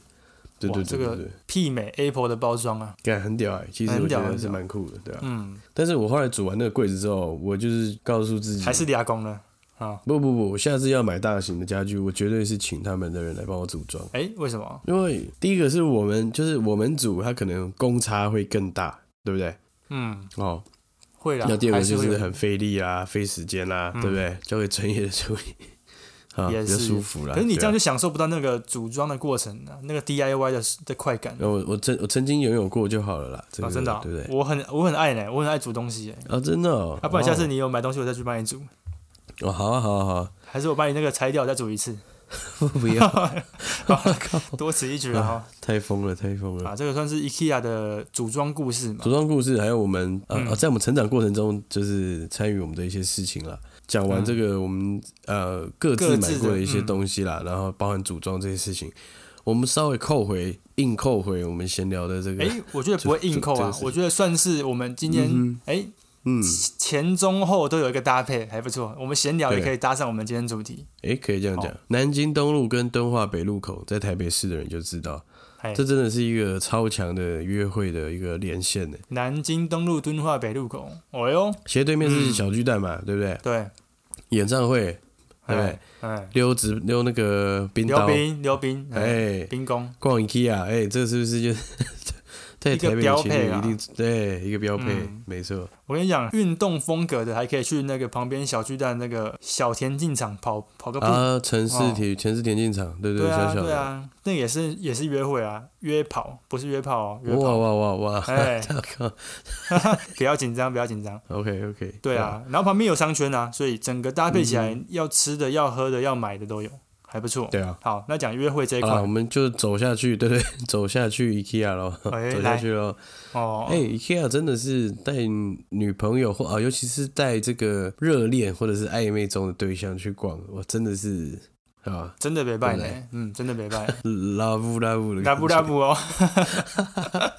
对
哇
对
这
对对
个
对，
媲美 Apple 的包装啊。
感很屌哎、其实我
很
觉
屌
得
很
是
屌
蛮酷的，对吧、啊
嗯，
但是我后来组完那个柜子之后，我就是告诉自己，
还是俩工了啊？
不不不，我下次要买大型的家具，我绝对是请他们的人来帮我组装。
诶，为什么？
因为第一个是我们就是我们组，它可能公差会更大，对不对？
嗯，
哦，
会啦，
那第二
还
个就是
啊会有
是很费力啦、费时间啦，
嗯
对不对？交给专业的处理，
*laughs*
啊，
也
比较
是
舒服啦。
可是你这样
对
就
啊，
享受不到那个组装的过程啊，那个 DIY 的的快感啊，
然后我我曾我曾经游泳过就好了啦，这个
真的啊
哦对不对？
我很我很爱呢，我很爱煮东西哎。
啊，真的哦，
啊，不然下次
哦
你有买东西，我再去帮你煮， *laughs*
哦，好啊，好啊，好啊， *laughs*
还是我把你那个拆掉再煮一次？
不要，靠，
*laughs* 多此一举了哈。
*laughs* 太疯了，太疯了。
啊，这个算是 IKEA 的组装故事嘛
组？装故事，还有我们
嗯
呃、呃在我们成长过程中，就是参与我们的一些事情啦。讲完这个，我们呃各自
嗯各
买
自的
过的一些
嗯
东西啦，然后包含组装这些事情，我们稍微扣回硬扣回我们闲聊的这个，
哎、我觉得不会硬扣
这这
啊
这，是
我觉得算是我们今天
嗯
哎、
嗯，
前中后都有一个搭配，还不错。我们闲聊也
对
可以搭上我们今天主题。
哎、可以这样讲
好，
南京东路跟敦化北路口，在台北市的人就知道，
哎
这，真的是一个超强的约会的一个连线呢。
南京东路敦化北路口，哦哟，
斜对面是小巨蛋嘛，对不对？
对，
演唱会，对不对
哎？哎，
溜直溜那个冰
溜
刀，
冰溜冰，
哎、
哎，冰宫，
逛 IKEA，哎、这是不是就是 *laughs* 在
一个
台北
标
的情
配
侣一
啊
定对一个标配，
嗯
没错。
我跟你讲，运动风格的还可以去那个旁边小巨蛋那个小田径场跑跑个步，
啊，城市
哦
体城市田径场，对不
对
小
啊
小
对
的，
啊，那也是也是约会啊，约跑不是约炮哦，约
哇
跑，
哇哇哇， *laughs*
哎
靠
*laughs* 不要紧张不要紧张，
，OK OK，
对啊，然后旁边有商圈啊，所以整个搭配起来，要吃的要喝的要买的都有，还不错。
对啊。
好，那讲约会这一
好
块
了，我们就走下去，对不 *laughs* 对？走下去 IKEA 咯， *laughs*
哎
走下去咯。
哦，
哎、i k e a 真的是带女朋友或啊，尤其是带这个热恋或者是暧昧中的对象去逛，我真的是啊
真的没拜
*laughs* 对
呢，嗯，真的没拜，
，love love 的感觉。
拉布拉布哦， *laughs*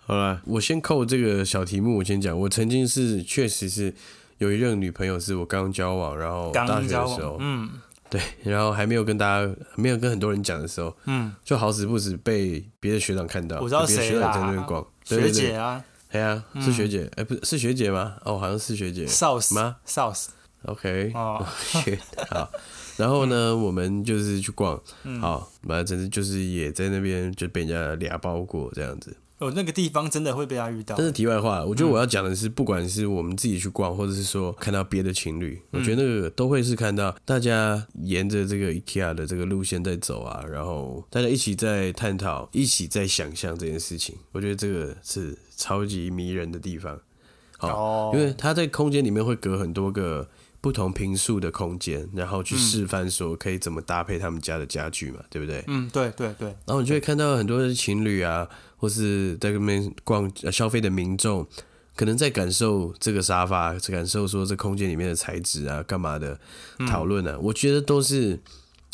好了，我先扣这个小题目，我先讲。我曾经是确实是有一任女朋友，是我刚交往，然后大
刚
学
交
的时
往
候，，
嗯
对，然后还没有跟大家，没有跟很多人讲的时候，
嗯，
就好死不死被别的学长看到，
我知道
就别的
谁
学长
啦
在那边逛，对
学，
对
姐
对
啊，
哎呀，是学姐，哎，不是是学姐吗？哦，好像是学姐
少司
吗
少司
，OK， *laughs*
哦，嗯
学好，然后呢，我们就是去逛，好，反正就是也在那边就被人家俩包过这样子。
哦，那个地方真的会被他遇到
但，是题外话，我觉得我要讲的是，不管是我们自己去逛，或者是说看到别的情侣，我觉得那个都会是看到大家沿着这个 IKEA 的这个路线在走啊，然后大家一起在探讨，一起在想象这件事情，我觉得这个是超级迷人的地方。
哦，
因为它在空间里面会隔很多个不同平数的空间，然后去示范说可以怎么搭配他们家的家具嘛，对不对？
嗯，对对对，
然后你就会看到很多的情侣啊，或是在那边逛、呃、消费的民众，可能在感受这个沙发，感受说这空间里面的材质啊、干嘛的讨论
嗯
啊，我觉得都是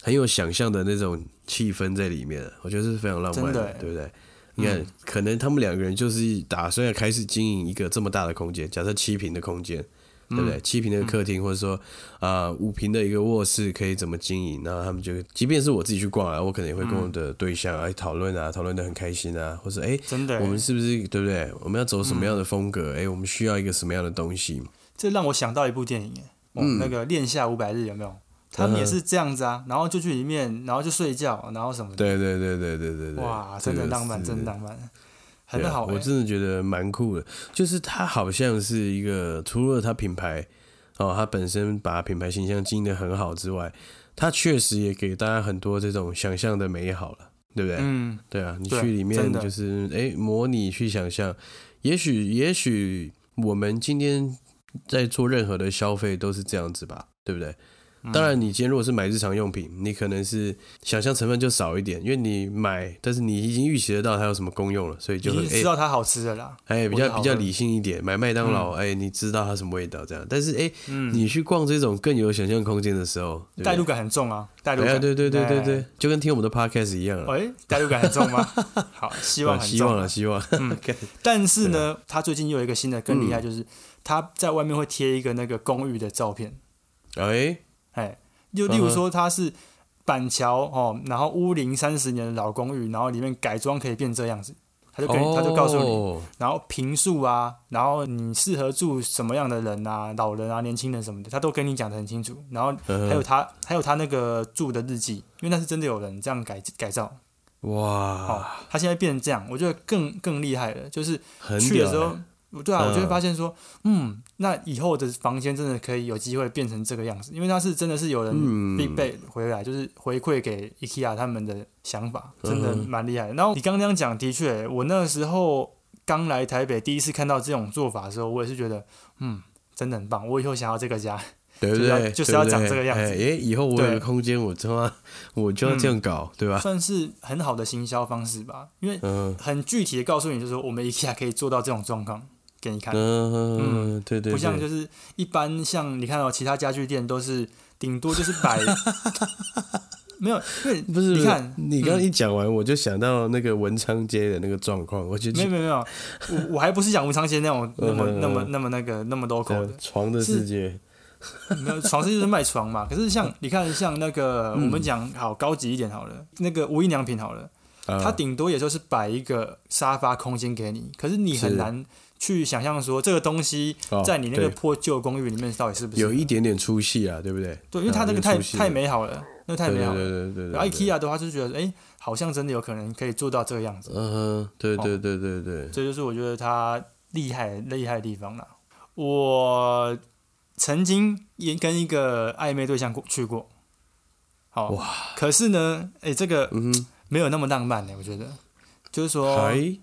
很有想象的那种气氛在里面啊，我觉得是非常浪漫的，
真的欸
对不对？你看，可能他们两个人就是打算要开始经营一个这么大的空间，假设七平的空间，对
嗯
不对？七平的客厅，或者说啊五平的一个卧室，可以怎么经营？然后他们就，即便是我自己去逛啊，我可能也会
嗯
跟我的对象哎讨论啊，讨论的很开心啊，或者哎，
真的
我们
欸，嗯
是不是对不对？我们要走什么样的风格？哎，我们需要一个什么样的东西？
这让我想到一部电影欸，哦
嗯
那个《恋夏五百日》有没有？他们也是这样子啊，然后就去里面，然后就睡觉，然后什么的，
对对对对对对对，
哇，
这
真
个
的浪漫，
是
真的浪漫，
对
很
啊
好欸，
我真的觉得蛮酷的。就是它好像是一个，除了它品牌哦，它本身把品牌形象经营的很好之外，它确实也给大家很多这种想象的美好了，对不对？
嗯，
对啊，你
对
去里面
真的
就是哎，模拟去想象，也许也许我们今天在做任何的消费都是这样子吧，对不对？
嗯
当然，你今天如果是买日常用品，你可能是想象成分就少一点，因为你买，但是你已经预期得到它有什么功用了，所以
已
就
经
会哎
知道它好吃的啦，
哎，比
或者
较
好
比较
喝
理性一点，买麦当劳，哎、你知道它什么味道这样。但是哎、
嗯，
你去逛这种更有想象空间的时候，对不对
代入感很重啊，代入
哎呀
感，
对对对对对，就跟听我们的 podcast 一样了。
哎，哎，代入感很
*laughs*
重吗？好，希望
啊
很
希
重
望了，希望。 *laughs*
嗯 *laughs* 但是呢，
啊
他最近又有一个新的更厉害，
嗯
就是他在外面会贴一个那个公寓的照片，
哎，
哎，就例
嗯
如
哼
说他是板桥哦，然后屋龄三十年的老公寓，然后里面改装可以变这样子，他就跟你、他就告诉你，
哦
然后平数啊，然后你适合住什么样的人啊，老人啊，年轻人什么的，他都跟你讲的很清楚。然后
嗯哼
还有他、还有他那个住的日记，因为那是真的有人这样改改造，哦
哇，，
他现在变成这样，我觉得更更厉害了，就是。
很
去
屌
的时
欸
候，我对啊，我就会
嗯
发现说，嗯，那以后的房间真的可以有机会变成这个样子，因为它是真的是有人
嗯
big b a 回来，就是回馈给 IKEA 他们的想法，真的
嗯哼
蛮厉害的。然后你刚刚那样讲，的确，我那时候刚
*laughs*
来台北第一次看到这种做法的时候，我也是觉得，嗯，真的很棒，我以后想要这个家。
对不
就是要
对？
就是要长这个样子
对不对哎，以后我有
对嗯
个空间，我他妈我就要这样搞，对吧？
算是很好的行销方式吧，因为
嗯
很具体的告诉你，就是说我们 IKEA 可以做到这种状况给你看，
嗯，对对，
不像
对
就是一般像你看到、其他家具店都是顶多就是
*laughs*
摆，没有，因为
不是
你看嗯
不是你刚刚一讲完，我就想到那个文昌街的那个状况，我就
没有
去
没有
*laughs*
没有，我我还不是讲吴昌贤那种那么
嗯
那么那么那个那么 local 的，
床的世界，
没有床是就是卖床嘛。可是像你看像那个
嗯
我们讲好高级一点好了，那个无印良品好了，它
啊，
顶多也就是摆一个沙发空间给你，可是你
是
很难去想象说这个东西
哦
在你那个
对
破旧公寓里面到底是不是
有一点点出戏啊，对不对？
对，因为它那个
有点
太
出息
太美好了，那太
对
美好
对
了。
对对对
对
对
IKEA 的话就觉得哎、诶好像真的有可能可以做到这个样子，
嗯哼，对对对对对，
这就是我觉得它厉害厉害的地方啦。我曾经也跟一个暧昧对象过去过，好
哇，
可是呢，哎、这个
嗯哼，
没有那么浪漫呢、我觉得，就是说，
还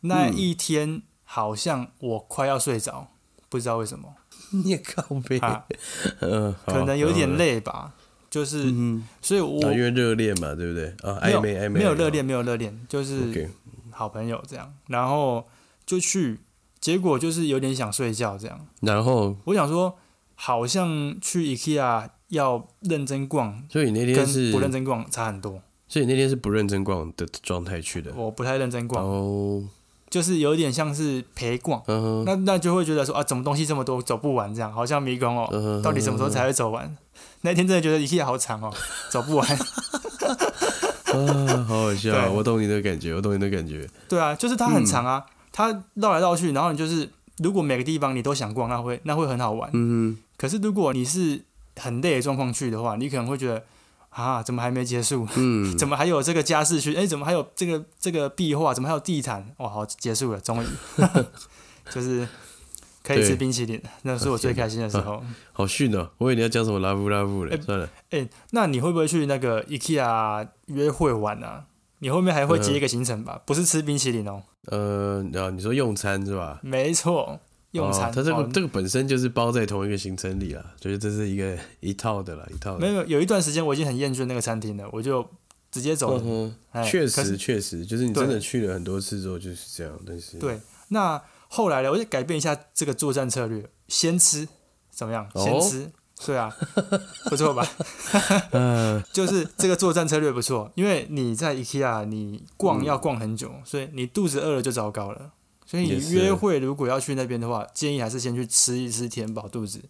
那
嗯
一天好像我快要睡着，不知道为什么，
*laughs* 你也靠背，
啊
*laughs* 嗯，好
可能有点，
嗯
累吧。就是，
嗯
所以我
哼，啊因为热恋嘛，对不对？啊，
没
暧
有
昧暧昧，哦
没有热恋，没有热恋，就是
，OK，
好朋友这样。然后就去，结果就是有点想睡觉这样。
然后
我想说，好像去 IKEA 要认真逛，
所以你那天
跟
是
不认真逛差很多。
所以你那天是不认真逛的状态去的，
我不太认真逛，
哦，
就是有点像是陪逛。
嗯哼，
那那就会觉得说啊，怎么东西这么多，走不完这样，好像迷宫哦。
嗯
到底什么时候才会走完？那天真的觉得 IKEA
*laughs*
好长哦，走不完。
啊，好好笑啊，
对
我懂你的感觉，我懂你的感觉，
对啊，就是它很长
嗯
啊，它绕来绕去，然后你就是如果每个地方你都想逛，那会那会很好玩。
嗯
可是如果你是很累的状况去的话，你可能会觉得啊，怎么还没结束？
哼嗯，
*laughs* 怎么还有这个家饰区？哎、怎么还有这个这个壁画？怎么还有地毯？哇，好，结束了，
*laughs*
终于， *laughs* 就是可以吃
对
冰淇淋，那是我最开心的时候。
好逊哦，我以为你要讲什么拉夫拉夫嘞，
哎
算了，
哎、那你会不会去那个 IKEA 约会玩啊？你后面还会接一个行程吧？不是吃冰淇淋哦，
呃，然后你说用餐是吧？
没错，用餐。
哦它这个
哦
这个本身就是包在同一个行程里啦，就是这是一个一套的啦，一套
没
的。
有，有一段时间我已经很厌倦那个餐厅了，我就直接走了。
嗯
哎
哼，确
可
实
是
确实，就是你真的
对
去了很多次之后就是这样，但是
对，那后来呢，我就改变一下这个作战策略，先吃怎么样？
哦
先吃，对啊， *laughs* 不错吧？
嗯，
就是这个作战策略不错，因为你在 IKEA
嗯
你逛要逛很久，所以你肚子饿了就糟糕了。所以
也
你
是
约会如果要去那边的话，建议还是先去吃一吃，填饱肚子。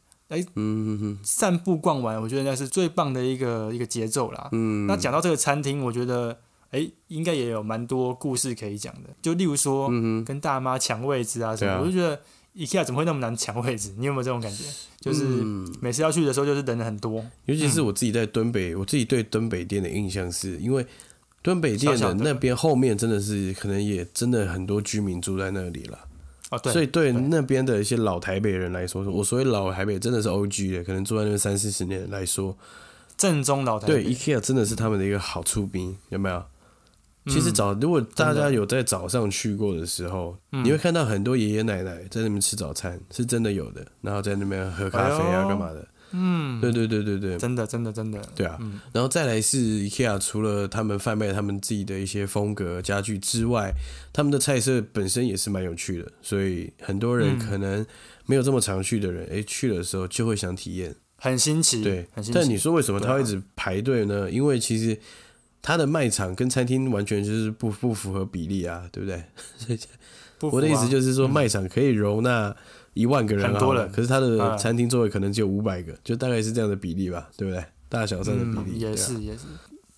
嗯
散步逛完，我觉得那是最棒的一个一个节奏啦。
嗯，
那讲到这个餐厅，我觉得诶应该也有蛮多故事可以讲的。就例如说，
嗯哼，
跟大妈抢位置啊什
对
么，
啊
我就觉得 IKEA 怎么会那么难抢位置？你有没有这种感觉？就是
嗯
每次要去的时候，就是人很多。
尤其是我自己在敦北，我自己对敦北店的印象是因为敦北店
小小
的
的
那边后面真的是可能也真的很多居民住在那里了。
哦，对，
所以对
对
那边的一些老台北人来说，我所谓老台北真的是 O G 的，可能住在那边三四十年来说，
正宗老台
对
北，
IKEA 真的是他们的一个好出兵，有没有？
嗯
其实早，如果大
真
家
的
有在早上去过的时候，
嗯
你会看到很多爷爷奶奶在那边吃早餐，是真的有的，然后在那边喝咖啡
哎
啊，
呦
干嘛的？
嗯，
对对对对对，
真的真的真的，
对啊
嗯，
然后再来是 IKEA，除了他们贩卖他们自己的一些风格家具之外，他们的菜色本身也是蛮有趣的，所以很多人
嗯
可能没有这么常去的人，诶，去的时候就会想体验。
很新奇，
对
很，新奇。
但你说为什么
对
他
啊
会一直排队呢？因为其实它的卖场跟餐厅完全就是不不符合比例啊，对不对？
不服啊
我的意思就是说，卖场可以容纳一万个人好了，
很多人
可是它的
嗯
餐厅座位可能只有五百个，就大概是这样的比例吧，对不对？大小上的比例、
嗯、
对啊
也是也是。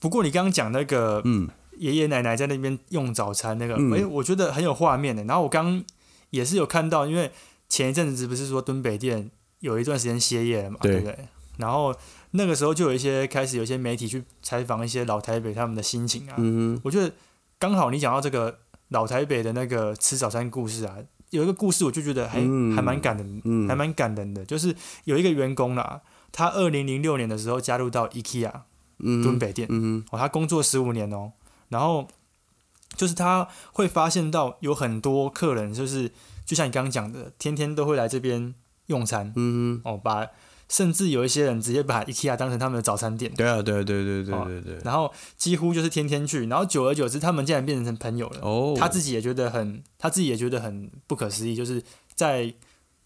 不过你刚刚讲那个
嗯，
爷爷奶奶在那边用早餐那个，哎、
嗯
我觉得很有画面的。然后我刚也是有看到，因为前一阵子不是说敦北店有一段时间歇业了嘛，
对
对不对？然后那个时候就有一些开始有一些媒体去采访一些老台北他们的心情啊。
嗯哼。
我觉得刚好你讲到这个老台北的那个吃早餐故事啊，有一个故事我就觉得还、
嗯
还蛮感人，
嗯
还蛮感人的，就是有一个员工啦，他二零零六年的时候加入到 IKEA
嗯
敦北店。
嗯
哦，他工作十五年哦，然后就是他会发现到有很多客人，就是就像你刚刚讲的，天天都会来这边用餐
嗯
哦，把甚至有一些人直接把 IKEA 当成他们的早餐店，
对啊，对啊对对对
哦
对对对，
然后几乎就是天天去，然后久而久之，他们竟然变成朋友了。
哦，
他自己也觉得很，他自己也觉得很不可思议，就是在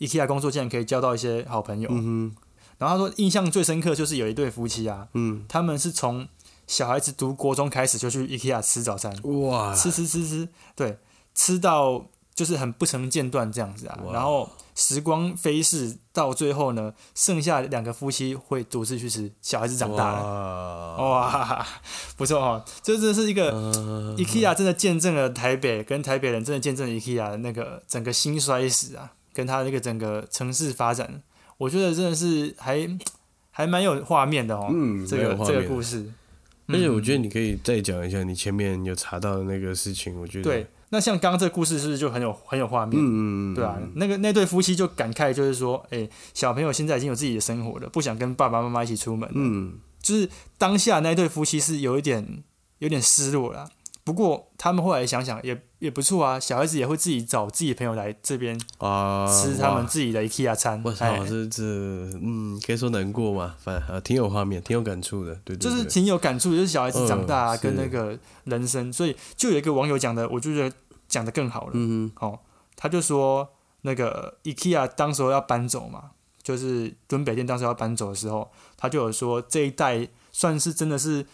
IKEA 工作竟然可以交到一些好朋友。
嗯哼，
然后他说印象最深刻就是有一对夫妻啊，
嗯，
他们是从小孩子读国中开始就去 IKEA 吃早餐，
哇，
吃吃吃吃，对，吃到就是很不成间断这样子啊。
哇
然后时光飞逝，到最后呢，剩下两个夫妻会独自去吃，小孩子长大了。
了，
哦哇， *laughs* 不错哦，这真的是一个
嗯
IKEA 真的见证了台北跟台北人真的见证了 IKEA 的那个整个兴衰史啊，跟它那个整个城市发展，我觉得真的是还还蛮有画面的哦。
嗯
这
蛮
个
有画
这个
面的
故事，
而且我觉
得
得你可以再讲一下你前面有查到的那个事情，我觉得
对，。那像刚刚这个故事是不是就很有很有画
嗯
面？
嗯嗯，
对啊
嗯，
那个那对夫妻就感慨，就是说，哎、小朋友现在已经有自己的生活了，不想跟爸爸妈妈一起出门了。
嗯，
就是当下那对夫妻是有一点有点失落啦。不过他们后来想想也也不错啊，小孩子也会自己找自己朋友来这边
啊，
吃他
哇。
们自己的 IKEA 餐
我，
哎
操，，这这，嗯，可以说难过嘛，反正啊，挺有画面，挺有感触的，对对
就
对，
是挺有感触，就是小孩子长大、啊
嗯是
跟那个人生，所以就有一个网友讲的，我就觉得讲的更好了。
嗯哼，
哦，他就说那个 IKEA 当时候要搬走嘛，就是敦北店当时候要搬走的时候，他就有说这一代算是真的是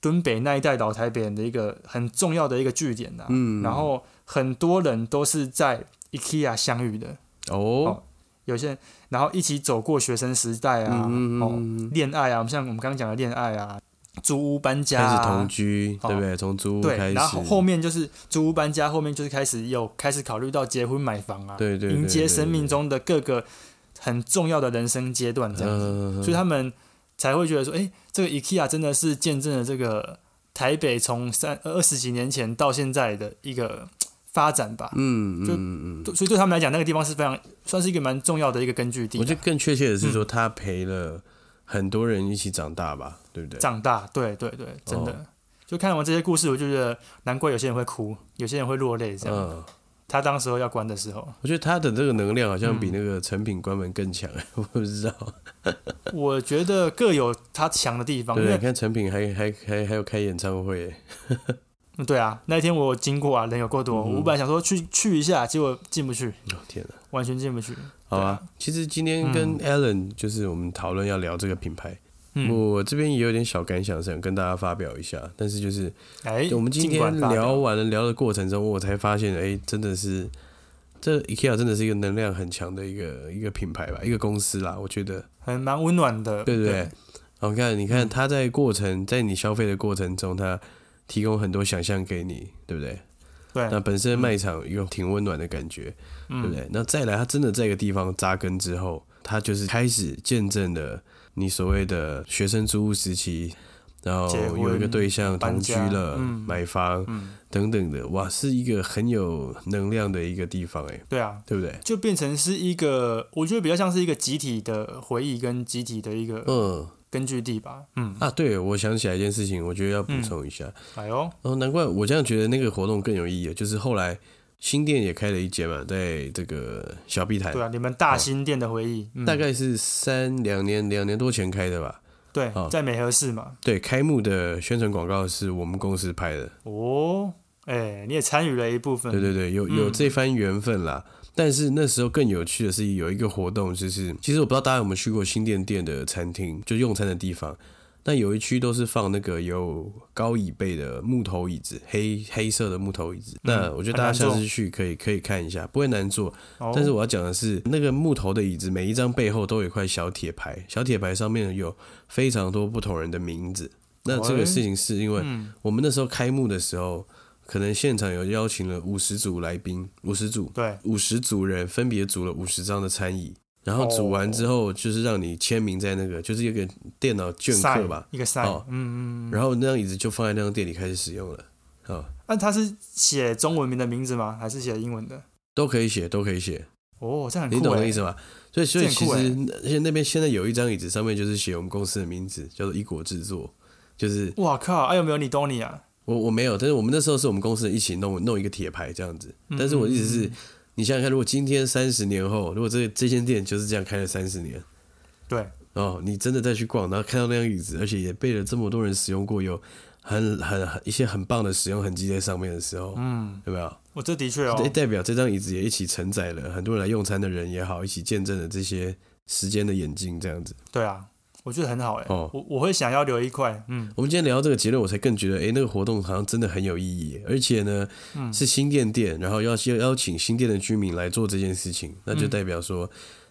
敦北那一代老台北人的一个很重要的一个据点呐、
嗯
然后很多人都是在 IKEA 相遇的，
哦
哦，有些人然后一起走过学生时代啊，
嗯
哦，
嗯嗯嗯
恋爱啊，我们像我们刚刚讲的恋爱啊，租屋搬家、
开
啊，
始同居，
哦
对不对？从租屋
对
开，始，
然后后面就是租屋搬家，后面就是开始有开始考虑到结婚买房啊，
对对对
迎接生命
对
中的各个很重要的人生阶段这样子，
嗯
所以他们才会觉得说，哎，这个 IKEA 真的是见证了这个台北从三二十几年前到现在的一个嘖发展吧。
嗯
就
嗯嗯嗯，
对所以对他们来讲，那个地方是非常算是一个蛮重要的一个根据地啊。
我觉得更确切的是说，他陪了很多人一起长大吧，对不对？
长大，对对对，真
哦
的。就看完这些故事，我就觉得难怪有些人会哭，有些人会落泪。这样，
嗯，
他当时候要关的时候，
我觉得他的这个能量好
嗯
像比那个成品关门更强， *laughs* 我不知道。
我觉得各有他强的地方，因
对，你
为
看成品还还还还有开演唱会耶，
嗯对啊，那一天我有经过啊，人有够多，
嗯
我本来想说去去一下，结果进不去，
哦天哪！
完全进不去。
好
啊
吧，其实今天跟 Alan 就是我们讨论要聊这个品牌，
嗯，
我这边也有点小感想想跟大家发表一下，但是就是
哎，
我们今
尽
天
管发
聊完了聊的过程中，我才发现，哎、真的是这 IKEA 真的是一个能量很强的一个一个品牌吧，一个公司啦，我觉得，
很蛮温暖的，
对不对？好，看你
嗯
看它在过程，在你消费的过程中，它提供很多想象给你，对不对？
对
那，本身卖场有挺温暖的感觉，对不
嗯，
对？那再来，它真的在一个地方扎根之后，它就是开始见证了你所谓的学生租屋时期，然后
结婚
有一个对象
搬
同居
家
了，
嗯
买房、等等的，哇，是一个很有能量的一个地方、哎，
对啊，
对不对？
就变成是一个，我觉得比较像是一个集体的回忆跟集体的一个
嗯
根据地吧。嗯，
啊，对，我想起来一件事情，我觉得要补充一下，
哎呦，
哦，难怪我这样觉得那个活动更有意义了，就是后来新店也开了一间嘛，在这个小碧潭，
对啊，你们大新店的回忆，嗯
大概是三两年两年多前开的吧，
对
哦，
在美和市嘛。
对，开幕的宣传广告是我们公司拍的，
哦，哎，你也参与了一部分，
对对对，有有
嗯
这番缘分啦。但是那时候更有趣的是，有一个活动，就是其实我不知道大家有没有去过新店店的餐厅，就用餐的地方。那有一区都是放那个有高椅背的木头椅子，黑黑色的木头椅子。那我觉得大家
嗯很
下
难
次
坐
去可以可以看一下，不会难坐。
哦，
但是我要讲的是，那个木头的椅子，每一张背后都有一块小铁牌，小铁牌上面有非常多不同人的名字。那这个
喂
事情是因为
嗯
我们那时候开幕的时候，可能现场有邀请了五十组来宾，五十组，
对，
五十组人分别组了五十张的餐椅，然后组完之后就是让你签名在那个，就是一个电脑卷
赛
刻吧，
一个赛，
哦
嗯嗯嗯。
然后那张椅子就放在那张店里开始使用了，啊，
那、他是写中文名的名字吗？还是写英文的？
都可以写，都可以写，
哦，这样很
你
酷
懂
哎、
的意思吗？所以，所以
这很
其
酷
实
欸
那而且那边现在有一张椅子，上面就是写我们公司的名字，叫做“一果制作”。就是
哇靠！哎、有没有你懂你啊？
我我没有，但是我们那时候是我们公司一起弄弄一个铁牌这样子。
嗯
但是我的意思是，你想想看，如果今天三十年后，如果这这间店就是这样开了三十年，
对，
哦，你真的再去逛，然后看到那张椅子，而且也被了这么多人使用过，有很很很一些很棒的使用痕迹在上面的时候，
嗯，
有没有？
我这的确哦，
代代表这张椅子也一起承载了很多人来用餐的人也好，一起见证了这些时间的演进，这样子。
对啊，我觉得很好哎、
哦
我我会想要留一块，嗯，
我们今天聊到这个结论，我才更觉得，诶，那个活动好像真的很有意义，而且呢，
嗯
是新店店，然后要要邀请新店的居民来做这件事情，那就代表说。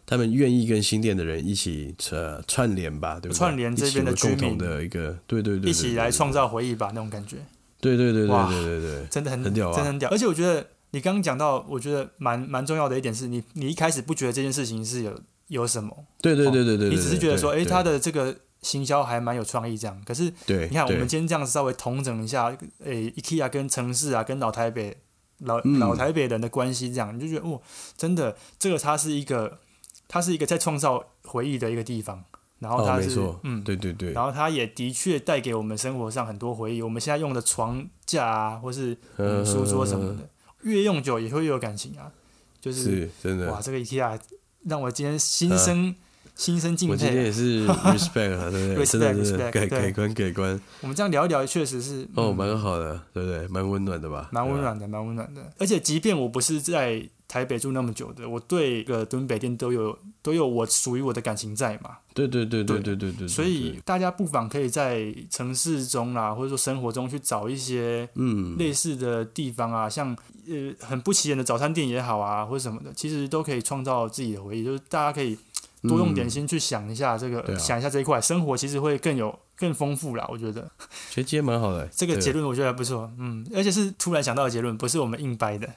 他们愿意跟新店的人一起呃串联吧，对不对？
串联这边的
一起有个
居
共同
民
的一个，对对对
一起
创。
来
对对
创造回忆吧，那种感觉
对对对对
哇
对对对，
真的很
很屌啊
真的很屌。而且我觉得你刚刚讲到，我觉得蛮蛮重要的一点是你你一开始不觉得这件事情是有有什么，
对对对对对，
你只是觉得说，
哎，
哎、
对
他的这个行销还蛮有创意这样。可是
对，
你看，我
对
们今天这样子稍微统整一下，诶、i k e a 跟城市啊，跟老台北老、
嗯
老台北人的关系，这样你就觉得，哦，真的，这个它是一个，它是一个在创造回忆的一个地方，然后
哦
它
没
是，
错
嗯，
对对对，
然后它也的确带给我们生活上很多回忆。我们现在用的床架啊，或是嗯
嗯
书桌什么的，越用久也会越有感情啊。就是
是真
哇，
的。
这个 IKEA 让我今天心生、心生敬
我今天
佩啊。
也
*laughs*
是 respect 了，对不对？真的
Respect，
真的
respect，
改
对
改观改观，
我们这样聊一聊，确实是
哦，
嗯
蛮好的，对不对？蛮温暖的吧？
蛮温
对吧。
暖的，蛮温暖啊的。而且，即便我不是在台北住那么久的，我对这个敦北店都有都有我属于我的感情在嘛。
对对对对
对
对对对，
所以大家不妨可以在城市中啦，或者说生活中去找一些
嗯，
类似的地方啊，像呃很不起眼的早餐店也好啊，或者什么的，其实都可以创造自己的回忆。就是大家可以多用点
嗯。
心去想一下这个，
对啊
想一下这一块生活，其实会更有更丰富啦。我觉得
其实今天蛮好的，
这个
对
结论我觉得还不错，嗯，而且是突然想到的结论，不是我们硬掰的。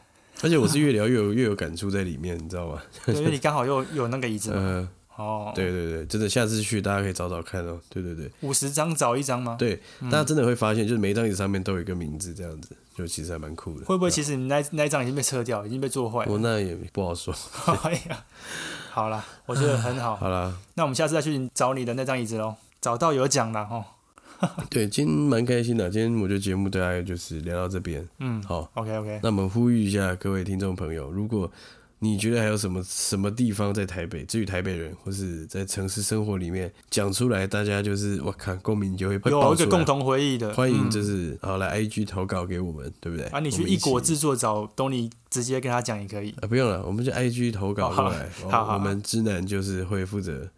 而且我是越聊越有越有感触在里面，你知道
*laughs*
吗？ *laughs*
对，因为你刚好又有那个椅子嘛。
嗯，
哦，，
对对对，真的，下次去大家可以找找看哦。对对对，
五十张找一张吗？
对
嗯
大家真的会发现，就是每一张椅子上面都有一个名字，这样子，就其实还蛮酷的。
会不
对
会
啊
其实你那那一张已经被撤掉，已经被做坏
我
了？
那也不好说。
*laughs* 哎呀，好啦，我觉得很好。
啊好啦，
那我们下次再去找你的那张椅子喽，找到有奖啦哦。
对，今天蛮开心的。今天我觉得节目大概就是聊到这边。
嗯
好，
，OK OK，
那我们呼吁一下各位听众朋友，如果你觉得还有什么什么地方在台北，至于台北人或是在城市生活里面讲出来，大家就是我看共鸣就会会
有
爆
一
出 *laughs* 来
个共同回忆的，
欢迎，
嗯
就是、好来 IG 投稿给我们，对不对？
啊，你去
我们一
一果
起
制作找东尼，直接跟他讲也可以。
啊，不用了，我们就 IG 投稿
哦
过来，
好好好
我们知男就是会负责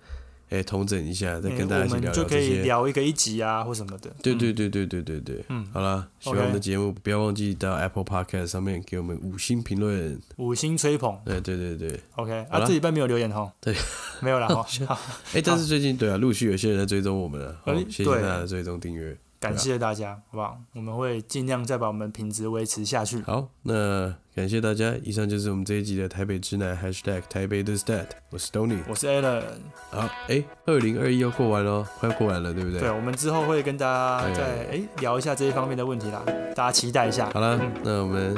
哎、统整一下，再
欸
跟大家一起
我
聊
们就
聊
可
这
以
些。
聊一个一集啊，或什么的。
对
嗯
对对对对对对，
嗯
好啦，喜欢我
OK
们的节目不要忘记到 Apple Podcast 上面给我们五星评论。
五星吹捧
对对对对，
，OK
好
啊，
啦
这礼拜没有留言哈，
对，
没有啦
*laughs*
哈，好
哎，但是最近对啊，陆续有些人在追踪我们了，好
哎
谢谢大
对
家的追踪订阅。
感谢大家，好不好？我们会尽量再把我们品质维持
*laughs*
下去。
好，那感谢大家，以上就是我们这一集的台北直男 Hashtag 台北的 Stat，我是 Tony。
我是 Alan，
好，哎，二零二一要过完喽，快要过完了，对不对？
对，我们之后会跟大家
哎
再哎聊一下这一方面的问题啦，大家期待一下，
好啦，那我们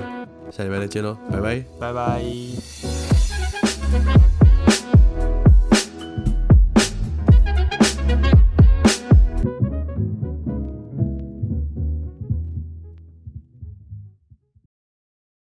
下礼拜再见喽，拜拜。
拜拜。
Thank you.